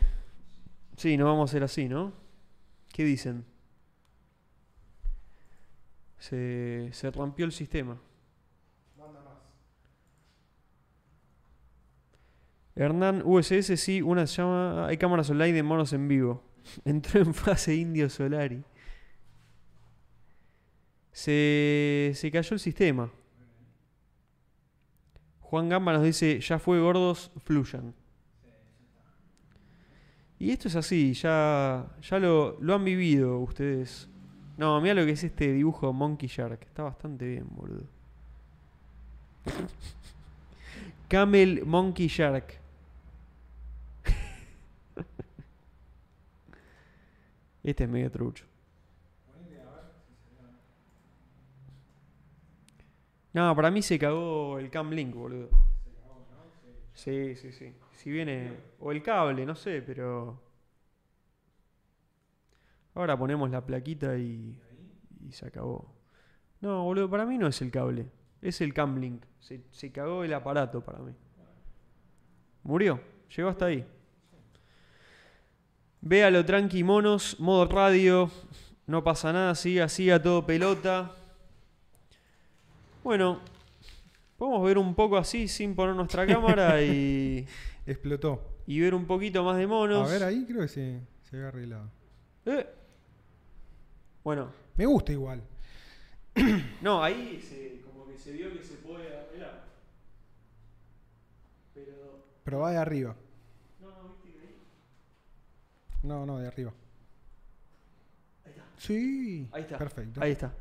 S2: Sí, no vamos a hacer así, ¿no? ¿Qué dicen? Se, se rompió el sistema.
S1: Manda más.
S2: Hernán USS, sí, una se llama. Hay cámaras online de monos en vivo. Entró en fase indio Solari. Se, se cayó el sistema. Juan Gamba nos dice: Ya fue gordos, fluyan. Y esto es así, ya, ya lo, lo han vivido ustedes. No, mira lo que es este dibujo Monkey Shark. Está bastante bien, boludo. Camel Monkey Shark. Este es medio trucho. No, para mí se cagó el Cam Link, boludo. Sí, sí, sí. Si viene. O el cable, no sé, pero. Ahora ponemos la plaquita y. Y se acabó. No, boludo, para mí no es el cable. Es el Cam Link. Se, se cagó el aparato para mí. Murió. Llegó hasta ahí. Véalo tranqui, monos. Modo radio. No pasa nada. Siga, siga, todo pelota. Bueno. Podemos ver un poco así sin poner nuestra cámara y,
S1: Explotó.
S2: y ver un poquito más de monos.
S1: A ver, ahí creo que se, se ve arreglado.
S2: Eh. Bueno,
S1: Me gusta igual.
S2: no, ahí se- como que se vio que se puede arreglar. Pero.
S1: Pero va de arriba.
S2: No, no, viste que ahí.
S1: No, no, de arriba. Sí.
S2: Ahí está.
S1: Perfecto.
S2: Ahí está.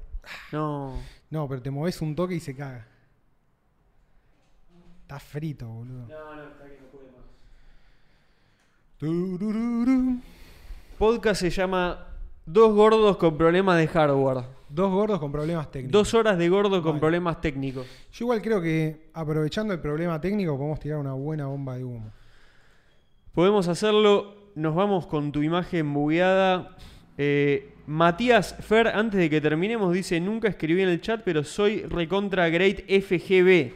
S2: No.
S1: No, pero te moves un toque y se caga. Está frito, boludo.
S2: No, no, está que no puede más.
S1: Turururu.
S2: Podcast se llama Dos gordos con problemas de hardware.
S1: Dos gordos con problemas técnicos.
S2: Dos horas de gordo con
S1: Vale.
S2: problemas técnicos.
S1: Yo igual creo que aprovechando el problema técnico podemos tirar una buena bomba de humo.
S2: Podemos hacerlo. Nos vamos con tu imagen bugueada. Eh, Matías Fer, antes de que terminemos, dice: Nunca escribí en el chat, pero soy recontra great FGB.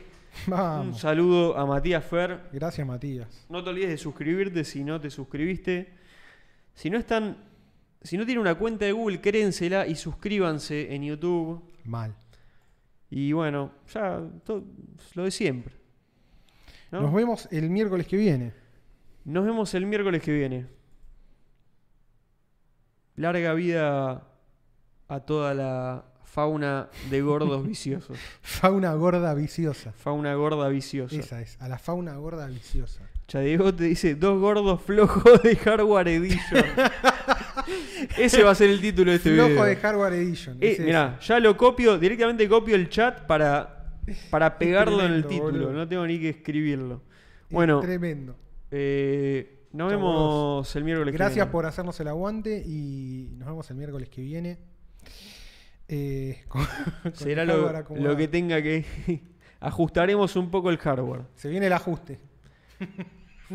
S2: Un
S1: Vamos.
S2: saludo a Matías Fer.
S1: Gracias, Matías.
S2: No te olvides de suscribirte si no te suscribiste. Si no están. Si no tienen una cuenta de Google, créensela y suscríbanse en YouTube.
S1: Mal.
S2: Y bueno, ya to- lo de siempre. ¿no?
S1: Nos vemos el miércoles que viene.
S2: Nos vemos el miércoles que viene. Larga vida a toda la fauna de gordos viciosos.
S1: Fauna gorda viciosa.
S2: Fauna gorda viciosa.
S1: Esa es, a la fauna gorda viciosa.
S2: Chadiego te dice dos gordos flojos de hardware edition. Ese va a ser el título de este video.
S1: Flojo de Hardware Edition.
S2: Eh,
S1: es ese.
S2: mirá, ya lo copio, directamente copio el chat para, para pegarlo en el
S1: tremendo,
S2: título.
S1: boludo.
S2: No tengo ni que escribirlo.
S1: Es
S2: Bueno,
S1: Tremendo.
S2: eh, nos
S1: Chau,
S2: vemos el miércoles que
S1: Gracias
S2: viene.
S1: por hacernos el aguante y nos vemos el miércoles que viene. Eh, con- con
S2: Será
S1: el
S2: lo,
S1: hardware
S2: lo
S1: acomodado.
S2: que tenga que. Ajustaremos un poco el hardware.
S1: Se viene el ajuste.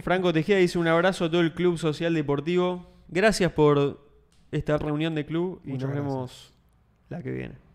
S2: Franco Tejeda dice un abrazo a todo el Club Social Deportivo. Gracias por esta reunión de club y
S1: Muchas
S2: nos
S1: gracias.
S2: vemos la que viene.